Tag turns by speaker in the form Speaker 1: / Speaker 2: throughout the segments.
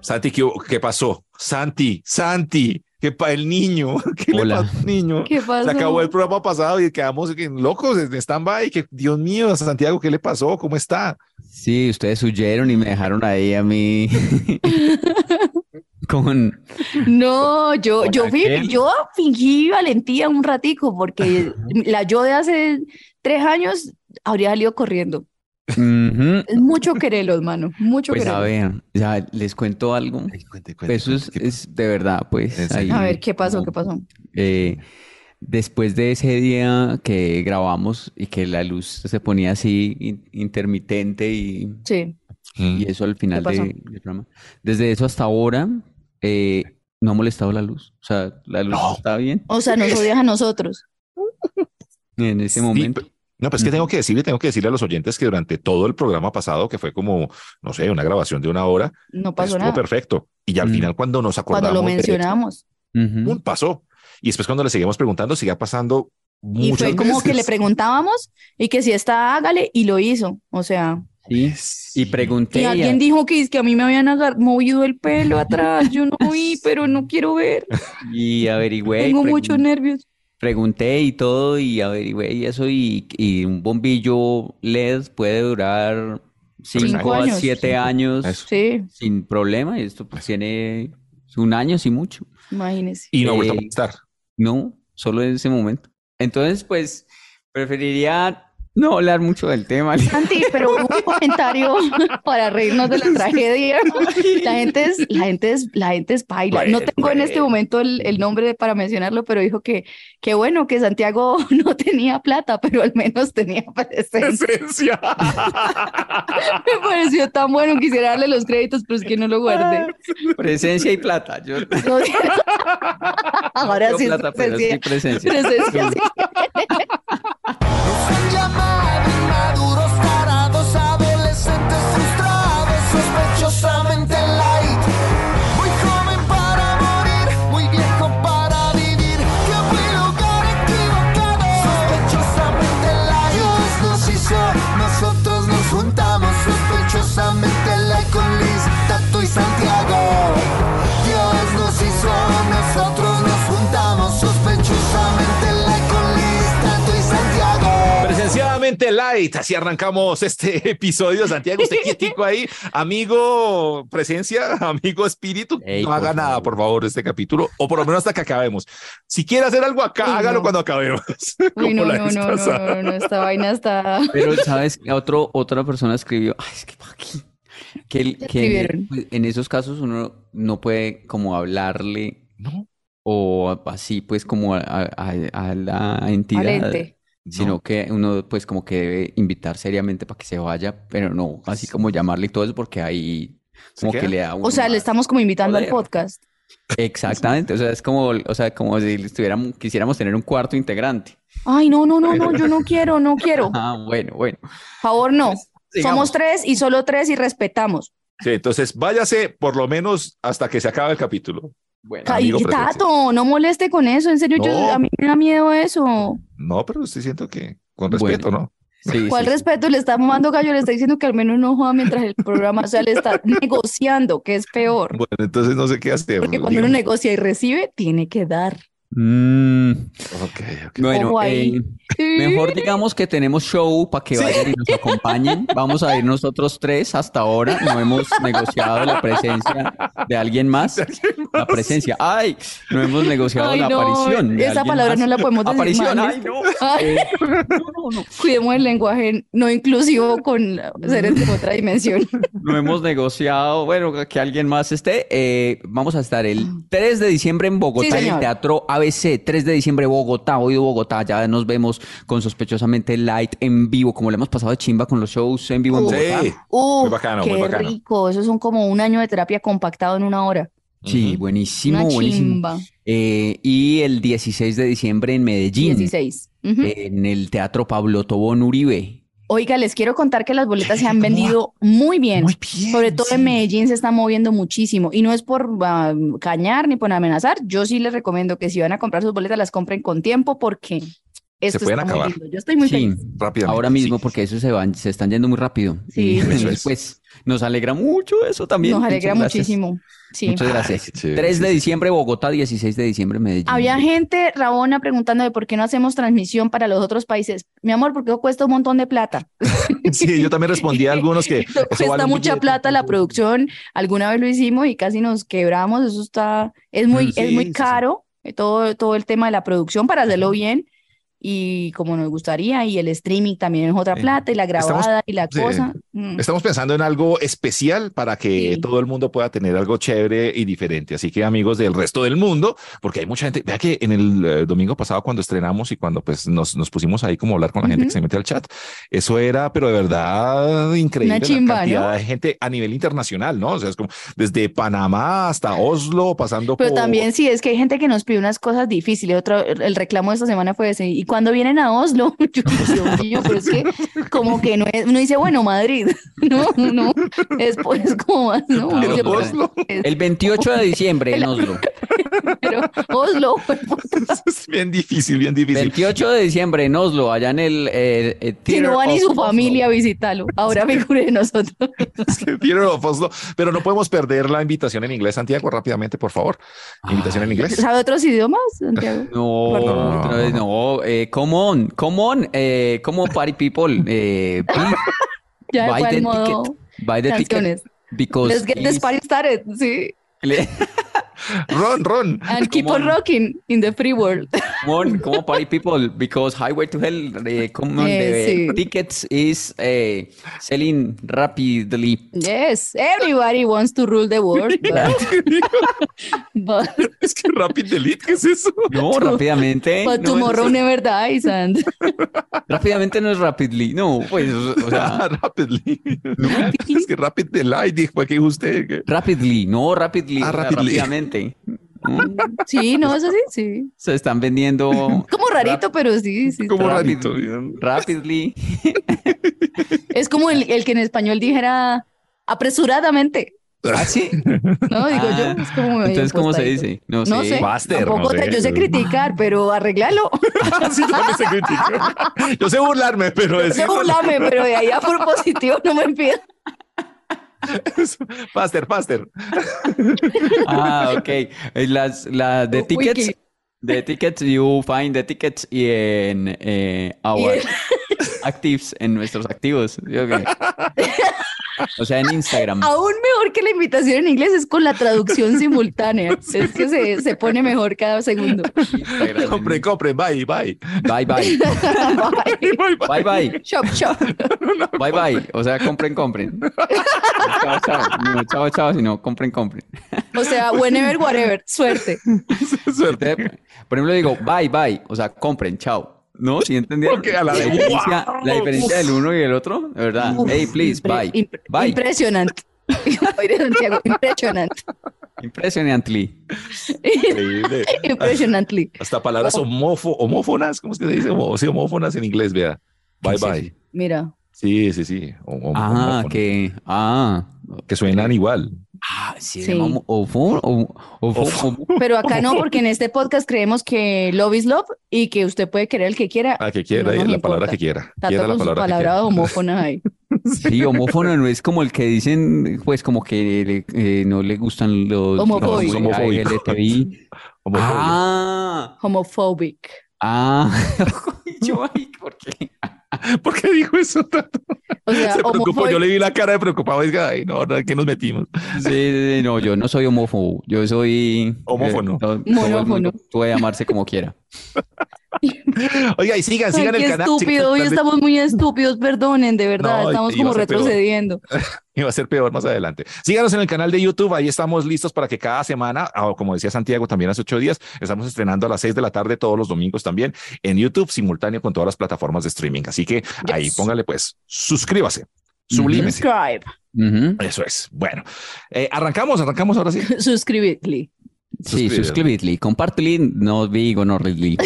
Speaker 1: Santi, ¿qué, qué pasó? Santi, Santi, que para el niño, ¿qué le
Speaker 2: Hola.
Speaker 1: pasó al niño?
Speaker 3: ¿Qué pasó?
Speaker 1: Se acabó el programa pasado y quedamos que, locos en stand-by. Que Dios mío, Santiago, ¿qué le pasó? ¿Cómo está?
Speaker 2: Sí, ustedes huyeron y me dejaron ahí a mí con...
Speaker 3: No, yo,
Speaker 2: con
Speaker 3: yo, fui-
Speaker 2: aquel.
Speaker 3: yo fingí valentía un ratico porque la yo de hace tres años habría salido corriendo.
Speaker 2: Ujú.
Speaker 3: Es mucho quererlos, mano. Mucho
Speaker 2: Pues a
Speaker 3: quererlos.
Speaker 2: ver, ya les cuento algo.
Speaker 1: pues,
Speaker 2: Pues, Eso es, es de verdad, pues.
Speaker 1: En
Speaker 2: ahí
Speaker 1: serio.
Speaker 3: A ver, ¿qué pasó?
Speaker 2: como-
Speaker 3: ¿Qué pasó?
Speaker 2: eh, después de ese día que grabamos y que la luz se ponía así in- intermitente y,
Speaker 3: Sí.
Speaker 1: Mm.
Speaker 2: y eso al final
Speaker 3: pasó?
Speaker 2: de- del programa, desde eso hasta ahora eh, no ha molestado la luz. O sea, la luz
Speaker 1: No. Ah,
Speaker 2: está bien
Speaker 3: O sea, nos odias a nosotros.
Speaker 2: en ese
Speaker 1: Sí,
Speaker 2: momento.
Speaker 1: pe- No, pues es que
Speaker 2: Ujú.
Speaker 1: tengo que decirle, tengo que decirle a los oyentes que durante todo el programa pasado, que fue como, no sé, una grabación de una hora,
Speaker 3: No
Speaker 1: pues
Speaker 3: pasó
Speaker 1: estuvo
Speaker 3: nada.
Speaker 1: perfecto. Y ya al
Speaker 2: Mm.
Speaker 1: final, cuando nos
Speaker 3: Cuando
Speaker 1: acordamos,
Speaker 3: lo
Speaker 1: de-
Speaker 3: mencionamos.
Speaker 2: Ujú.
Speaker 1: ¡pum! pasó. Y después, cuando le seguimos preguntando, seguía pasando
Speaker 3: Y
Speaker 1: muchas
Speaker 3: fue como que le
Speaker 1: veces.
Speaker 3: preguntábamos y que si está, hágale, y lo hizo. O sea,
Speaker 2: Sí. Y
Speaker 3: y
Speaker 2: pregunté, a-
Speaker 3: alguien dijo que, es que a mí me habían agar- movido el pelo atrás. Yo no vi, pero no quiero ver.
Speaker 2: y averigüé, y
Speaker 3: Tengo
Speaker 2: pregun-
Speaker 3: muchos nervios.
Speaker 2: pregunté y todo, y averigüé y eso, y, y un bombillo LED puede durar cinco a
Speaker 3: años.
Speaker 2: siete
Speaker 1: Cinco.
Speaker 2: años.
Speaker 1: Eso.
Speaker 3: Sí,
Speaker 2: sin problema. y Esto pues, tiene un año, sí mucho.
Speaker 3: imagínese.
Speaker 1: Y no ha vuelto a
Speaker 2: Eh,
Speaker 1: molestar.
Speaker 2: No, solo en ese momento. Entonces, pues, preferiría no hablar mucho del tema.
Speaker 3: Santi, pero un comentario para reírnos de la tragedia. La gente es, la gente es, la gente es paila. No
Speaker 1: Bueno,
Speaker 3: tengo en este
Speaker 1: bueno.
Speaker 3: momento el, el nombre para mencionarlo, pero dijo que, que bueno, que Santiago no tenía plata, pero al menos tenía presencia.
Speaker 1: Esencia.
Speaker 3: Me pareció tan bueno, quisiera darle los créditos, pero es que no lo guardé.
Speaker 2: Presencia y plata. Yo no
Speaker 3: No, sí. Ahora
Speaker 2: tengo
Speaker 3: sí,
Speaker 2: plata, pero
Speaker 3: presencia.
Speaker 2: sí presencia.
Speaker 3: Presencia, sí.
Speaker 4: Nos han llamado inmaduros, tarados, adolescentes frustrados, sospechosamente light. Muy joven para morir, muy viejo para vivir. Que fue lugar equivocado, sospechosamente light. Dios nos hizo, nosotros nos juntamos, sospechosamente light con Liz, Tato y Santiago. Dios nos hizo, nosotros nos juntamos, sospechosamente light con Liz, Tato y Santiago.
Speaker 1: Presenciadamente light, así arrancamos este episodio. Santiago, usted quietico ahí. Amigo presencia, amigo espíritu,
Speaker 2: Ey,
Speaker 1: no
Speaker 2: por
Speaker 1: haga nada,
Speaker 2: favor.
Speaker 1: por favor, este capítulo, o por lo menos hasta que acabemos. Si quiere hacer algo acá,
Speaker 3: Uy,
Speaker 1: hágalo
Speaker 3: no.
Speaker 1: cuando acabemos.
Speaker 3: Uy,
Speaker 1: Como
Speaker 3: no,
Speaker 1: la
Speaker 3: no,
Speaker 1: vez
Speaker 3: no, no,
Speaker 1: pasada.
Speaker 3: no, no, esta vaina está.
Speaker 2: Pero, ¿sabes? Otro, otra persona escribió, ay, es que pa' qué". Que, el-
Speaker 3: Ya
Speaker 2: que en-
Speaker 3: escribieron.
Speaker 2: pues, en esos casos uno no puede como hablarle
Speaker 1: No,
Speaker 2: o así pues como a, a- a- a la entidad.
Speaker 3: Valente.
Speaker 2: sino que uno pues como que debe invitar seriamente para que se vaya, pero no así como llamarle y todo eso porque ahí
Speaker 1: ¿Se
Speaker 2: como
Speaker 1: queda?
Speaker 2: que le da
Speaker 3: O sea, le estamos como invitando al
Speaker 2: Joder.
Speaker 3: podcast.
Speaker 2: Exactamente, o sea, es como, o sea, como si le estuviéramos, quisiéramos tener un cuarto integrante.
Speaker 3: Ay, no, no, no, no, yo no quiero, no quiero.
Speaker 2: Ah, bueno, bueno.
Speaker 3: Favor, no.
Speaker 2: Sigamos.
Speaker 3: Somos tres y solo tres y respetamos.
Speaker 1: Sí, entonces váyase por lo menos hasta que se acabe el capítulo.
Speaker 2: Bueno,
Speaker 1: Ay,
Speaker 3: Ay,
Speaker 1: Amigo presencia.
Speaker 3: Tato, no moleste con eso. En serio, yo-
Speaker 1: No.
Speaker 3: a mí me da miedo eso.
Speaker 1: No, pero estoy siento que con
Speaker 2: Bueno.
Speaker 1: respeto, ¿no?
Speaker 2: sí,
Speaker 3: ¿Cuál
Speaker 2: sí, sí.
Speaker 3: respeto? Le está mamando gallo, le está diciendo que al menos no joda mientras el programa, o sea, le está negociando, que es peor.
Speaker 1: Bueno, entonces no sé qué hacer.
Speaker 3: Porque cuando uno negocia y recibe, tiene que dar.
Speaker 2: Mm,
Speaker 1: Ok, ok.
Speaker 2: bueno,
Speaker 3: Ojo ahí.
Speaker 2: eh, mejor digamos que tenemos show para que
Speaker 1: Sí.
Speaker 2: vayan y nos acompañen. Vamos a ir nosotros tres hasta ahora. No hemos negociado la presencia de alguien más. La presencia. Ay, no hemos negociado
Speaker 3: Ay,
Speaker 2: la
Speaker 3: no,
Speaker 2: aparición. de
Speaker 3: esa
Speaker 2: alguien
Speaker 3: palabra
Speaker 2: más.
Speaker 3: no la podemos decir
Speaker 2: Aparición.
Speaker 3: mal,
Speaker 2: Ay,
Speaker 3: ¿listo?
Speaker 2: no.
Speaker 3: Ay,
Speaker 2: Eh, no, no, no.
Speaker 3: cuidemos el lenguaje no inclusivo con seres de otra dimensión.
Speaker 2: No hemos negociado. Bueno, que alguien más esté. Eh, vamos a estar el 3 de diciembre en Bogotá,
Speaker 3: Sí,
Speaker 2: en el
Speaker 3: señor.
Speaker 2: Teatro ABC. 3 de diciembre, Bogotá. Hoy Bogotá. Ya nos vemos con sospechosamente light en vivo, como le hemos pasado de chimba con los shows en vivo en Bogotá.
Speaker 1: Sí,
Speaker 3: Uh,
Speaker 1: Muy
Speaker 2: Ah,
Speaker 1: bacano,
Speaker 3: qué
Speaker 1: muy bacano.
Speaker 3: rico. Eso es un, como un año de terapia compactado en una hora.
Speaker 2: Sí,
Speaker 1: Ujú.
Speaker 2: buenísimo,
Speaker 3: una
Speaker 2: buenísimo.
Speaker 3: chimba.
Speaker 2: Eh, y el 16 de diciembre en Medellín,
Speaker 3: 16. Ujú.
Speaker 2: en el Teatro Pablo Tobón Uribe.
Speaker 3: Oiga, les quiero contar que las boletas se han
Speaker 1: ¿Cómo va?
Speaker 3: vendido muy bien.
Speaker 1: Muy bien,
Speaker 3: Sobre todo en
Speaker 1: sí.
Speaker 3: Medellín se está moviendo muchísimo y no es por ah, cañar ni por amenazar. Yo sí les recomiendo que si van a comprar sus boletas las compren con tiempo porque Esto
Speaker 1: pueden
Speaker 3: está muy
Speaker 1: acabar.
Speaker 3: lindo. Yo estoy muy
Speaker 2: Sí,
Speaker 3: feliz.
Speaker 1: Rápidamente.
Speaker 2: ahora mismo, porque eso se van, se están yendo muy rápido.
Speaker 3: Sí.
Speaker 2: Y,
Speaker 3: Eso
Speaker 2: y,
Speaker 1: es.
Speaker 2: pues nos alegra mucho eso también.
Speaker 3: Nos
Speaker 2: Muchas
Speaker 3: alegra
Speaker 2: gracias.
Speaker 3: muchísimo. Sí.
Speaker 2: Muchas gracias.
Speaker 1: Ay, qué chévere.
Speaker 2: 3 de diciembre Bogotá, 16 de diciembre Medellín.
Speaker 3: Había gente, Rabona, preguntando de por qué no hacemos transmisión para los otros países. Mi amor, porque eso cuesta un montón de plata.
Speaker 1: Sí, yo también respondí a algunos que
Speaker 3: Eso
Speaker 1: eso vale
Speaker 3: cuesta
Speaker 1: un
Speaker 3: mucha
Speaker 1: billete.
Speaker 3: plata la producción. Alguna vez lo hicimos y casi nos quebramos. Eso está, es muy,
Speaker 1: Mm,
Speaker 3: es
Speaker 1: sí,
Speaker 3: muy
Speaker 1: sí, sí.
Speaker 3: caro eh, todo, todo el tema de la producción para hacerlo bien y como nos gustaría. Y el streaming también es otra
Speaker 1: Sí.
Speaker 3: plata y la
Speaker 1: Estamos-
Speaker 3: grabada y la
Speaker 1: sí.
Speaker 3: cosa. Mm.
Speaker 1: Estamos pensando en algo especial para que
Speaker 3: Sí.
Speaker 1: todo el mundo pueda tener algo chévere y diferente. Así que amigos del resto del mundo, porque hay mucha gente, vea que en el eh, domingo pasado cuando estrenamos y cuando pues nos, nos pusimos ahí como a hablar con la gente que
Speaker 3: Ujú.
Speaker 1: se mete al chat, eso era, pero de verdad increíble
Speaker 3: Una chimba,
Speaker 1: la cantidad
Speaker 3: ¿no?
Speaker 1: de gente a nivel internacional, ¿no? O sea, es como desde Panamá hasta Oslo, pasando
Speaker 3: Pero
Speaker 1: por...
Speaker 3: también sí, es que hay gente que nos pide unas cosas difíciles. Otro, el reclamo de esta semana fue ese. ¿Y cuando vienen a Oslo? Yo, Dios mío, pero es que como que no, es, no dice, bueno, Madrid. No, no. Es, es como más, ¿no? Uno
Speaker 2: Pero
Speaker 3: se pone-
Speaker 1: Oslo.
Speaker 3: es-
Speaker 2: El 28 de diciembre en Oslo.
Speaker 3: pero Oslo, pues,
Speaker 1: es bien difícil, bien difícil.
Speaker 2: 28 de diciembre en Oslo, allá en el... eh, eh,
Speaker 3: si
Speaker 2: Theater
Speaker 3: no va ni
Speaker 2: of
Speaker 3: su
Speaker 2: Oslo.
Speaker 3: familia a visitarlo. Ahora figure de nosotros.
Speaker 1: Es que Theater of Oslo. Pero no podemos perder la invitación en inglés, Santiago, rápidamente, por favor. Invitación en inglés.
Speaker 3: ¿Sabe otros idiomas, Santiago?
Speaker 2: No,
Speaker 3: Por
Speaker 1: favor.
Speaker 2: otra vez no. Eh, come on, come on, eh, come on, party people. Eh, please,
Speaker 3: Ya de
Speaker 2: buy
Speaker 3: cuál
Speaker 2: the
Speaker 3: modo
Speaker 2: ticket. Buy the ticket.
Speaker 3: canciones.
Speaker 2: Because
Speaker 3: Let's get this
Speaker 2: it's-
Speaker 3: party started, sí.
Speaker 1: Ron, Ron.
Speaker 3: And keep
Speaker 2: Como-
Speaker 3: on rocking in the free world.
Speaker 2: Come on, come on, party people, because Highway to Hell, eh, come on,
Speaker 3: Eh,
Speaker 2: the
Speaker 3: sí.
Speaker 2: tickets is eh, selling rapidly.
Speaker 3: Yes, everybody wants to rule the world, but, but,
Speaker 1: Es que Rapid Delete, ¿qué es eso?
Speaker 2: No,
Speaker 3: Tu-
Speaker 2: rápidamente.
Speaker 3: but
Speaker 2: Eh, no,
Speaker 3: tomorrow never dies. And
Speaker 2: Rápidamente no es rapidly. No, pues, o sea,
Speaker 1: Rapidly. Es que Rapid Delight, dijo aquí usted. que-
Speaker 2: rapidly, no rapidly,
Speaker 1: Ah,
Speaker 2: o sea,
Speaker 1: rapidly.
Speaker 2: rápidamente. ¿no?
Speaker 3: sí, no, eso sí, sí.
Speaker 2: Se están vendiendo
Speaker 3: Como rarito, pero sí, sí.
Speaker 1: Como
Speaker 2: Rapid.
Speaker 1: rarito.
Speaker 2: rapidly.
Speaker 3: Es como el, el que en español dijera apresuradamente,
Speaker 2: Así.
Speaker 3: ¿no? Digo
Speaker 2: Ah,
Speaker 3: yo, pues, es como medio
Speaker 2: Entonces, ¿cómo se
Speaker 3: impostadito.
Speaker 2: dice? No,
Speaker 3: No sé,
Speaker 1: Buster,
Speaker 3: tampoco
Speaker 1: no sé.
Speaker 3: te- yo sé criticar, pero arreglalo.
Speaker 1: Así yo no sé criticar. Yo sé burlarme, pero
Speaker 3: No sé
Speaker 1: decirlo no.
Speaker 3: burlame, pero de ahí a por positivo no me pidas.
Speaker 1: Faster, faster.
Speaker 2: Ah, ok. Eh, Las, las de
Speaker 3: Wiki.
Speaker 2: tickets, the tickets, you find the tickets en eh, our actives, en nuestros activos. Yo creo. O sea, en Instagram.
Speaker 3: Aún mejor que la invitación en inglés es con la traducción simultánea. Es que se, se pone mejor cada segundo.
Speaker 2: Instagram, en-
Speaker 1: Compren, compren. Bye, bye.
Speaker 2: Bye, bye.
Speaker 3: Bye.
Speaker 1: Bye, bye.
Speaker 2: Bye, bye.
Speaker 3: Shop, shop.
Speaker 2: Bye, bye. O sea, compren, compren. Chao, chao. No, chao, chao, sino compren, compren.
Speaker 3: O sea, whenever, whatever. Suerte.
Speaker 1: Suerte.
Speaker 2: Entonces, por ejemplo, digo, bye, bye. O sea, compren, chao. ¿No? ¿Sí entendieron?
Speaker 1: Ok, a la
Speaker 2: la,
Speaker 1: vez.
Speaker 2: diferencia,
Speaker 1: Wow.
Speaker 2: la diferencia del uno y el otro, de verdad.
Speaker 3: Uf,
Speaker 2: hey, please,
Speaker 3: impre-
Speaker 2: bye.
Speaker 3: impre-
Speaker 2: Bye.
Speaker 3: Impresionante. Oye, Santiago, Impresionante.
Speaker 2: Impresionantly.
Speaker 1: Increíble.
Speaker 3: pues, Impresionantly.
Speaker 1: Hasta palabras homófo- homófonas. ¿Cómo es que se dice? Homo- Sí, homófonas en inglés, vea. Bye,
Speaker 2: Sí,
Speaker 1: bye.
Speaker 2: sí.
Speaker 3: Mira.
Speaker 1: Sí, sí, sí. Hom-
Speaker 2: Ah,
Speaker 1: homófono.
Speaker 2: que. Ah.
Speaker 1: Que suenan igual.
Speaker 2: Ah, sí.
Speaker 3: Sí.
Speaker 2: vamos, ofo- o- ofo- ofo-
Speaker 3: Pero acá no, porque en este podcast creemos que love is love y que usted puede querer el que quiera.
Speaker 1: A Ah, que quiera,
Speaker 3: No
Speaker 1: y
Speaker 3: nos
Speaker 1: la palabra
Speaker 3: importa.
Speaker 1: que quiera.
Speaker 3: Tato
Speaker 1: Quiera la
Speaker 3: con sus
Speaker 1: palabra que
Speaker 3: palabras
Speaker 1: quiera.
Speaker 3: homófonas ahí.
Speaker 2: Sí, homófono no es como el que dicen, pues como que eh, no le gustan los
Speaker 3: Homofóbico.
Speaker 2: los
Speaker 1: Homofóbico.
Speaker 2: LGBTI.
Speaker 1: Homofobia.
Speaker 2: Ah,
Speaker 3: Homophobic.
Speaker 2: ah. Yo, ay, ¿por qué?
Speaker 1: ¿Por qué dijo eso tanto?
Speaker 3: O sea,
Speaker 1: Se preocupó,
Speaker 3: homophobic.
Speaker 1: yo le vi la cara de preocupado. Diga, ay, no, ¿en ¿qué nos metimos?
Speaker 2: Sí, sí, sí, no, yo no soy homófobo, yo soy
Speaker 1: Homófono.
Speaker 2: eh, todo- todo el
Speaker 3: Monófono.
Speaker 2: mundo Puede llamarse como quiera.
Speaker 1: Oiga, y sigan, sigan
Speaker 3: Ay,
Speaker 1: el
Speaker 3: qué
Speaker 1: canal. sigan el
Speaker 3: estúpido, hoy
Speaker 1: canal de-
Speaker 3: estamos muy estúpidos, perdonen, de verdad,
Speaker 1: No,
Speaker 3: estamos
Speaker 1: y- y va
Speaker 3: como
Speaker 1: a ser peor.
Speaker 3: retrocediendo.
Speaker 1: y va a ser peor más adelante. Síganos en el canal de YouTube, ahí estamos listos para que cada semana, ah, o como decía Santiago, también hace ocho días, estamos estrenando a las seis de la tarde todos los domingos también en YouTube, simultáneo con todas las plataformas de streaming. Así que ahí
Speaker 3: Yes.
Speaker 1: póngale pues, suscríbase, sublímese.
Speaker 3: Subscribe,
Speaker 2: Ujú.
Speaker 1: Eso es. Bueno, eh, arrancamos, arrancamos ahora sí.
Speaker 3: suscribidly.
Speaker 2: Sí,
Speaker 1: Suscríbete.
Speaker 2: suscríbete, compartidle, no digo no really.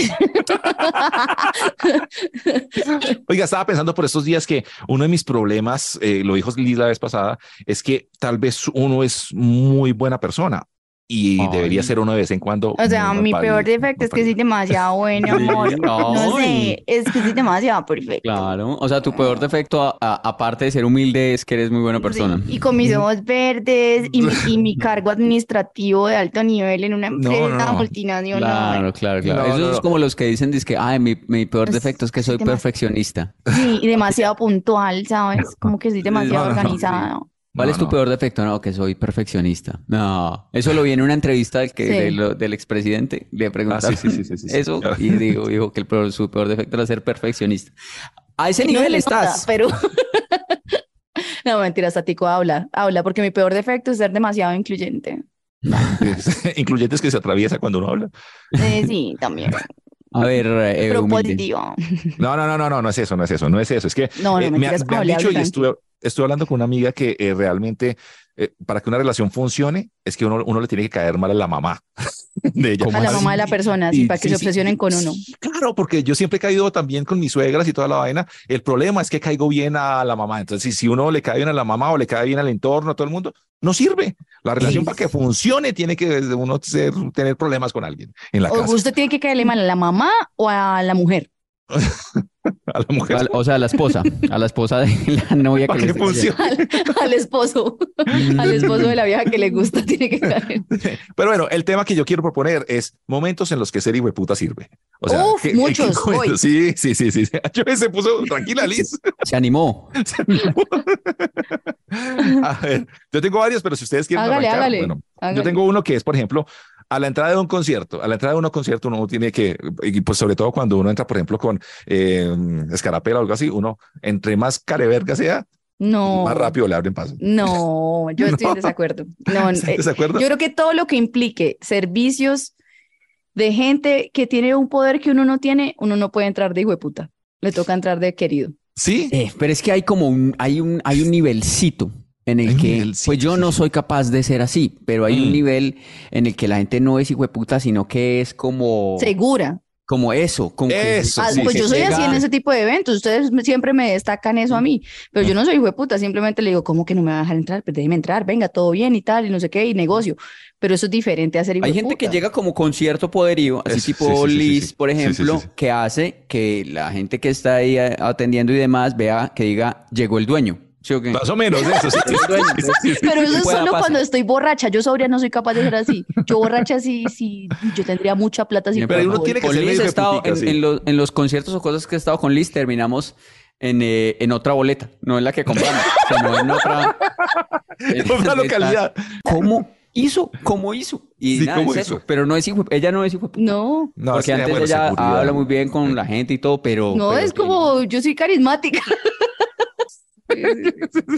Speaker 1: Oiga, estaba pensando por estos días que uno de mis problemas, eh, lo dijo Liz la vez pasada, es que tal vez uno es muy buena persona, y
Speaker 2: Ay.
Speaker 1: debería ser uno de vez en cuando.
Speaker 3: O sea,
Speaker 1: no nos
Speaker 3: mi
Speaker 1: va a
Speaker 3: peor
Speaker 1: ir,
Speaker 3: defecto
Speaker 1: nos
Speaker 3: es que
Speaker 1: va a
Speaker 3: soy
Speaker 1: ir.
Speaker 3: demasiado bueno,
Speaker 2: Sí,
Speaker 3: amor. No
Speaker 2: ay.
Speaker 3: sé, es que soy demasiado perfecto.
Speaker 2: Claro, o sea, tu peor defecto, a- a- aparte de ser humilde, es que eres muy buena persona.
Speaker 3: Sí, y con mis ojos verdes y mi, y mi cargo administrativo de alto nivel en una
Speaker 1: No, no,
Speaker 3: empresa
Speaker 1: no.
Speaker 3: multinacional.
Speaker 2: Claro, claro, claro.
Speaker 1: No,
Speaker 2: Eso
Speaker 1: no,
Speaker 2: es
Speaker 1: no.
Speaker 2: como los que dicen, que, ay, mi, mi peor
Speaker 3: Es-
Speaker 2: defecto es que
Speaker 3: es
Speaker 2: soy
Speaker 3: que demasiado-
Speaker 2: perfeccionista.
Speaker 3: Sí, y demasiado puntual, ¿sabes? Como que soy demasiado
Speaker 1: no, no, sí.
Speaker 3: organizada.
Speaker 2: ¿Cuál
Speaker 1: No,
Speaker 2: es tu
Speaker 1: no.
Speaker 2: peor defecto? No, que soy perfeccionista. No, eso lo vi en una entrevista del, que,
Speaker 3: Sí.
Speaker 2: de lo- del expresidente. Le preguntaron
Speaker 1: Ah, sí, sí, sí, sí, sí, sí.
Speaker 2: eso y digo, dijo que el peor- su peor defecto era ser perfeccionista. A ese
Speaker 3: Y no se
Speaker 2: nivel
Speaker 3: le nota,
Speaker 2: estás.
Speaker 3: pero. No, mentira, Sático, habla, habla, porque mi peor defecto es ser demasiado incluyente.
Speaker 1: Incluyentes que se atraviesa cuando uno habla.
Speaker 3: Eh, sí, también.
Speaker 2: A ver, eh,
Speaker 3: pero
Speaker 2: humilde.
Speaker 3: positivo.
Speaker 1: Pues, No, no, no, no, no, no es eso, no es eso, no es eso. Es que
Speaker 3: No, no,
Speaker 1: eh, me, ha-
Speaker 3: mentiras,
Speaker 1: me han
Speaker 3: hable,
Speaker 1: dicho
Speaker 3: hable,
Speaker 1: y
Speaker 3: Frank.
Speaker 1: estuve, estuve hablando con una amiga que eh, realmente eh, para que una relación funcione es que uno, uno le tiene que caer mal a la mamá de ella.
Speaker 2: ¿Cómo
Speaker 3: A la mamá de la persona, sí,
Speaker 1: Y-
Speaker 3: para que
Speaker 1: sí,
Speaker 3: se
Speaker 1: sí,
Speaker 3: obsesionen con uno.
Speaker 1: sí, claro, porque yo siempre he caído también con mis suegras y toda la vaina. El problema es que caigo bien a la mamá. Entonces, si, si uno le cae bien a la mamá o le cae bien al entorno, a todo el mundo, no sirve. La relación
Speaker 3: Sí.
Speaker 1: para que funcione tiene que desde uno ser- tener problemas con alguien en la
Speaker 3: O
Speaker 1: casa.
Speaker 3: usted tiene que caerle mal a la mamá o a la mujer.
Speaker 1: A la mujer.
Speaker 2: Al- O sea, a la esposa, a la esposa de la novia que
Speaker 1: Para que
Speaker 2: le está diciendo.
Speaker 1: funcione.
Speaker 3: Al, al esposo, al esposo de la vieja que le gusta, tiene que caer.
Speaker 1: Pero bueno, el tema que yo quiero proponer es momentos en los que ser puta sirve. O sea,
Speaker 3: Uf,
Speaker 1: ¿qué- qué
Speaker 3: muchos,
Speaker 1: momentos?
Speaker 3: hoy.
Speaker 1: Sí, sí, sí, sí. sí. Yo se puso tranquila, Liz.
Speaker 2: Se animó.
Speaker 1: A ver, yo tengo varios, pero si ustedes quieren
Speaker 3: Hágale,
Speaker 1: arrancar,
Speaker 3: hágale.
Speaker 1: bueno,
Speaker 3: Hágale.
Speaker 1: yo tengo uno que es, por ejemplo, a la entrada de un concierto, a la entrada de un concierto uno tiene que, y pues sobre todo cuando uno entra, por ejemplo, con eh, escarapela o algo así, uno entre más careverga sea,
Speaker 3: No.
Speaker 1: más rápido le abren paso.
Speaker 3: No, yo estoy en desacuerdo. No, no, eh,
Speaker 1: ¿Se acuerdan?
Speaker 3: yo creo que todo lo que implique servicios de gente que tiene un poder que uno no tiene, uno no puede entrar de hijo de puta. Le toca entrar de querido.
Speaker 1: Sí,
Speaker 2: Eh, pero es que hay como un, hay un, hay un nivelcito en
Speaker 1: Hay
Speaker 2: el
Speaker 1: un
Speaker 2: que,
Speaker 1: nivelcito,
Speaker 2: pues yo no soy capaz de ser así, pero hay un
Speaker 1: Mm.
Speaker 2: nivel en el que la gente no es hijueputa, sino que es como,
Speaker 3: Segura.
Speaker 2: como eso, como que-
Speaker 1: Eso,
Speaker 3: Ah,
Speaker 1: Oh. sí,
Speaker 3: pues
Speaker 1: sí,
Speaker 3: yo soy así en
Speaker 2: llega-
Speaker 3: ese tipo de eventos. Ustedes me- siempre me destacan eso a mí, pero yo no soy hijo de puta. Simplemente le digo, ¿cómo que no me va a dejar entrar? Pues déjeme entrar, venga, todo bien y tal, y no sé qué, y negocio. Pero eso es diferente a ser hijo
Speaker 2: Hay
Speaker 3: de
Speaker 2: gente que
Speaker 3: puta.
Speaker 2: llega como con cierto poderío, así
Speaker 1: Eso, sí,
Speaker 2: tipo
Speaker 1: sí, sí, sí,
Speaker 2: Liz,
Speaker 1: sí.
Speaker 2: por
Speaker 1: Sí, sí, sí,
Speaker 2: ejemplo,
Speaker 1: sí.
Speaker 2: que hace que la gente que está ahí eh, atendiendo y demás vea que diga, llegó el dueño. ¿Sí o qué?
Speaker 1: más o menos eso. sí, sí,
Speaker 2: Llegó el dueño.
Speaker 1: sí, sí, sí.
Speaker 3: Pero eso
Speaker 2: que
Speaker 3: es
Speaker 2: pueda
Speaker 3: solo
Speaker 2: pasar.
Speaker 3: cuando estoy borracha. Yo sobria no soy capaz de ser así. Yo borracha sí, sí, yo tendría mucha plata si
Speaker 2: Bien,
Speaker 1: Pero
Speaker 3: fuera
Speaker 1: uno
Speaker 3: joven.
Speaker 1: tiene que
Speaker 2: con
Speaker 1: ser
Speaker 2: Liz
Speaker 1: medio
Speaker 2: he estado
Speaker 1: hijueputica,
Speaker 2: en,
Speaker 1: sí.
Speaker 2: en los, en los conciertos o cosas que he estado con Liz, terminamos en, eh, en otra boleta, no en la que compramos, sino en otra, en
Speaker 1: Otra
Speaker 2: otra-
Speaker 1: localidad.
Speaker 2: ¿Cómo hizo? ¿Cómo hizo? Y
Speaker 1: Sí,
Speaker 2: nada,
Speaker 1: ¿cómo
Speaker 2: es eso.
Speaker 1: hizo?
Speaker 2: Pero no es hijo, ella no es hijo.
Speaker 3: No,
Speaker 1: No, es
Speaker 2: porque
Speaker 1: que,
Speaker 2: antes
Speaker 1: bueno,
Speaker 2: ella
Speaker 1: seguridad.
Speaker 2: habla muy bien con la gente y todo, pero.
Speaker 3: no,
Speaker 2: Oh, pero
Speaker 3: es
Speaker 2: que-
Speaker 3: como yo soy carismática.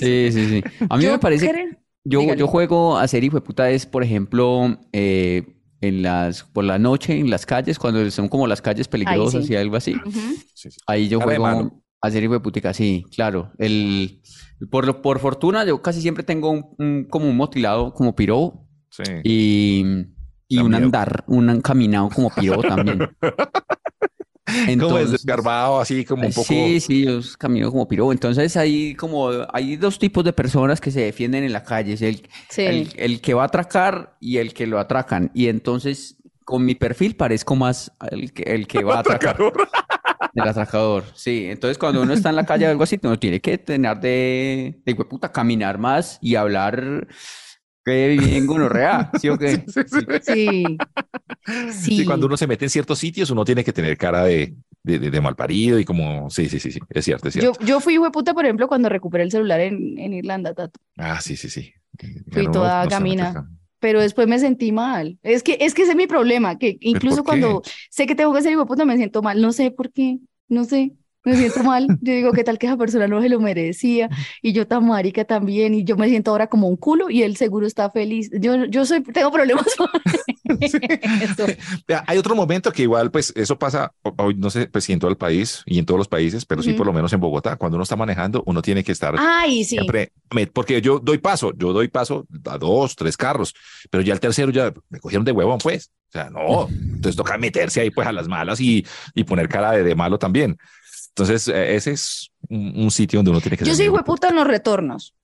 Speaker 2: Sí, sí, sí. A mí
Speaker 3: Yo
Speaker 2: me parece.
Speaker 3: creo-
Speaker 2: Yo,
Speaker 3: dígale.
Speaker 2: yo juego a ser hijo de puta es, por ejemplo, eh, en las, por la noche, en las calles, cuando son como las calles peligrosas
Speaker 3: sí.
Speaker 2: y algo así.
Speaker 3: Ujú.
Speaker 1: Sí, sí.
Speaker 2: Ahí yo
Speaker 1: Cara de
Speaker 2: juego
Speaker 1: malo.
Speaker 2: a ser hijo de putica, sí, claro. El, por, lo- por fortuna, yo casi siempre tengo un, un- como un motilado, como piro
Speaker 1: Sí.
Speaker 2: y, y
Speaker 1: Da
Speaker 2: un
Speaker 1: miedo.
Speaker 2: andar, un caminado como piro también.
Speaker 1: Como es
Speaker 2: Entonces,
Speaker 1: desgarbado, así como un poco.
Speaker 2: Pues Sí, sí, yo camino como piro. Entonces hay como hay dos tipos de personas que se defienden en la calle, es el,
Speaker 3: Sí.
Speaker 2: el, el que va a atracar y el que lo atracan. Y entonces con mi perfil parezco más el que, el que va a atracar. El atracador, sí. Entonces, cuando uno está en la calle o algo así, uno tiene que tener de, de hueputa, caminar más y hablar que bien gonorrea, ¿sí o qué?
Speaker 3: Sí.
Speaker 1: Sí,
Speaker 3: Sí.
Speaker 1: cuando uno se mete en ciertos sitios, uno tiene que tener cara de, de, de- de malparido y como. Sí, sí, sí, sí. Es cierto, es
Speaker 3: Yo,
Speaker 1: cierto.
Speaker 3: yo fui hijo de puta, por ejemplo, cuando recuperé el celular en, en Irlanda, Tato.
Speaker 1: Ah, sí, sí, sí.
Speaker 3: Fui
Speaker 1: Ganó,
Speaker 3: toda
Speaker 1: no se mete
Speaker 3: gamina.
Speaker 1: acá.
Speaker 3: Pero después me sentí mal. Es que, es que ese es mi problema, que incluso
Speaker 1: por qué?
Speaker 3: cuando sé que tengo que ser hijo de puta me siento mal. No sé por qué, no sé. Me siento mal. Yo digo, ¿qué tal que esa persona no se lo merecía? Y yo tan marica también. Y yo me siento ahora como un culo y él seguro está feliz. Yo, yo soy, tengo problemas con eso.
Speaker 1: Vea, Hay otro momento que igual, pues eso pasa, o- hoy no sé, pues si en todo el país y en todos los países, pero sí
Speaker 3: Ujú.
Speaker 1: por lo menos en Bogotá, cuando uno está manejando, uno tiene que estar
Speaker 3: Ay, sí.
Speaker 1: siempre, me- porque yo doy paso, yo doy paso a dos, tres carros, pero ya el tercero ya me cogieron de huevón, pues. O sea, no, entonces toca meterse ahí pues a las malas y, y poner cara de, de malo también. Entonces, eh, ese es un, un sitio donde uno tiene que
Speaker 3: Yo
Speaker 1: ser
Speaker 3: soy
Speaker 1: muy
Speaker 3: hijo de puta en los retornos.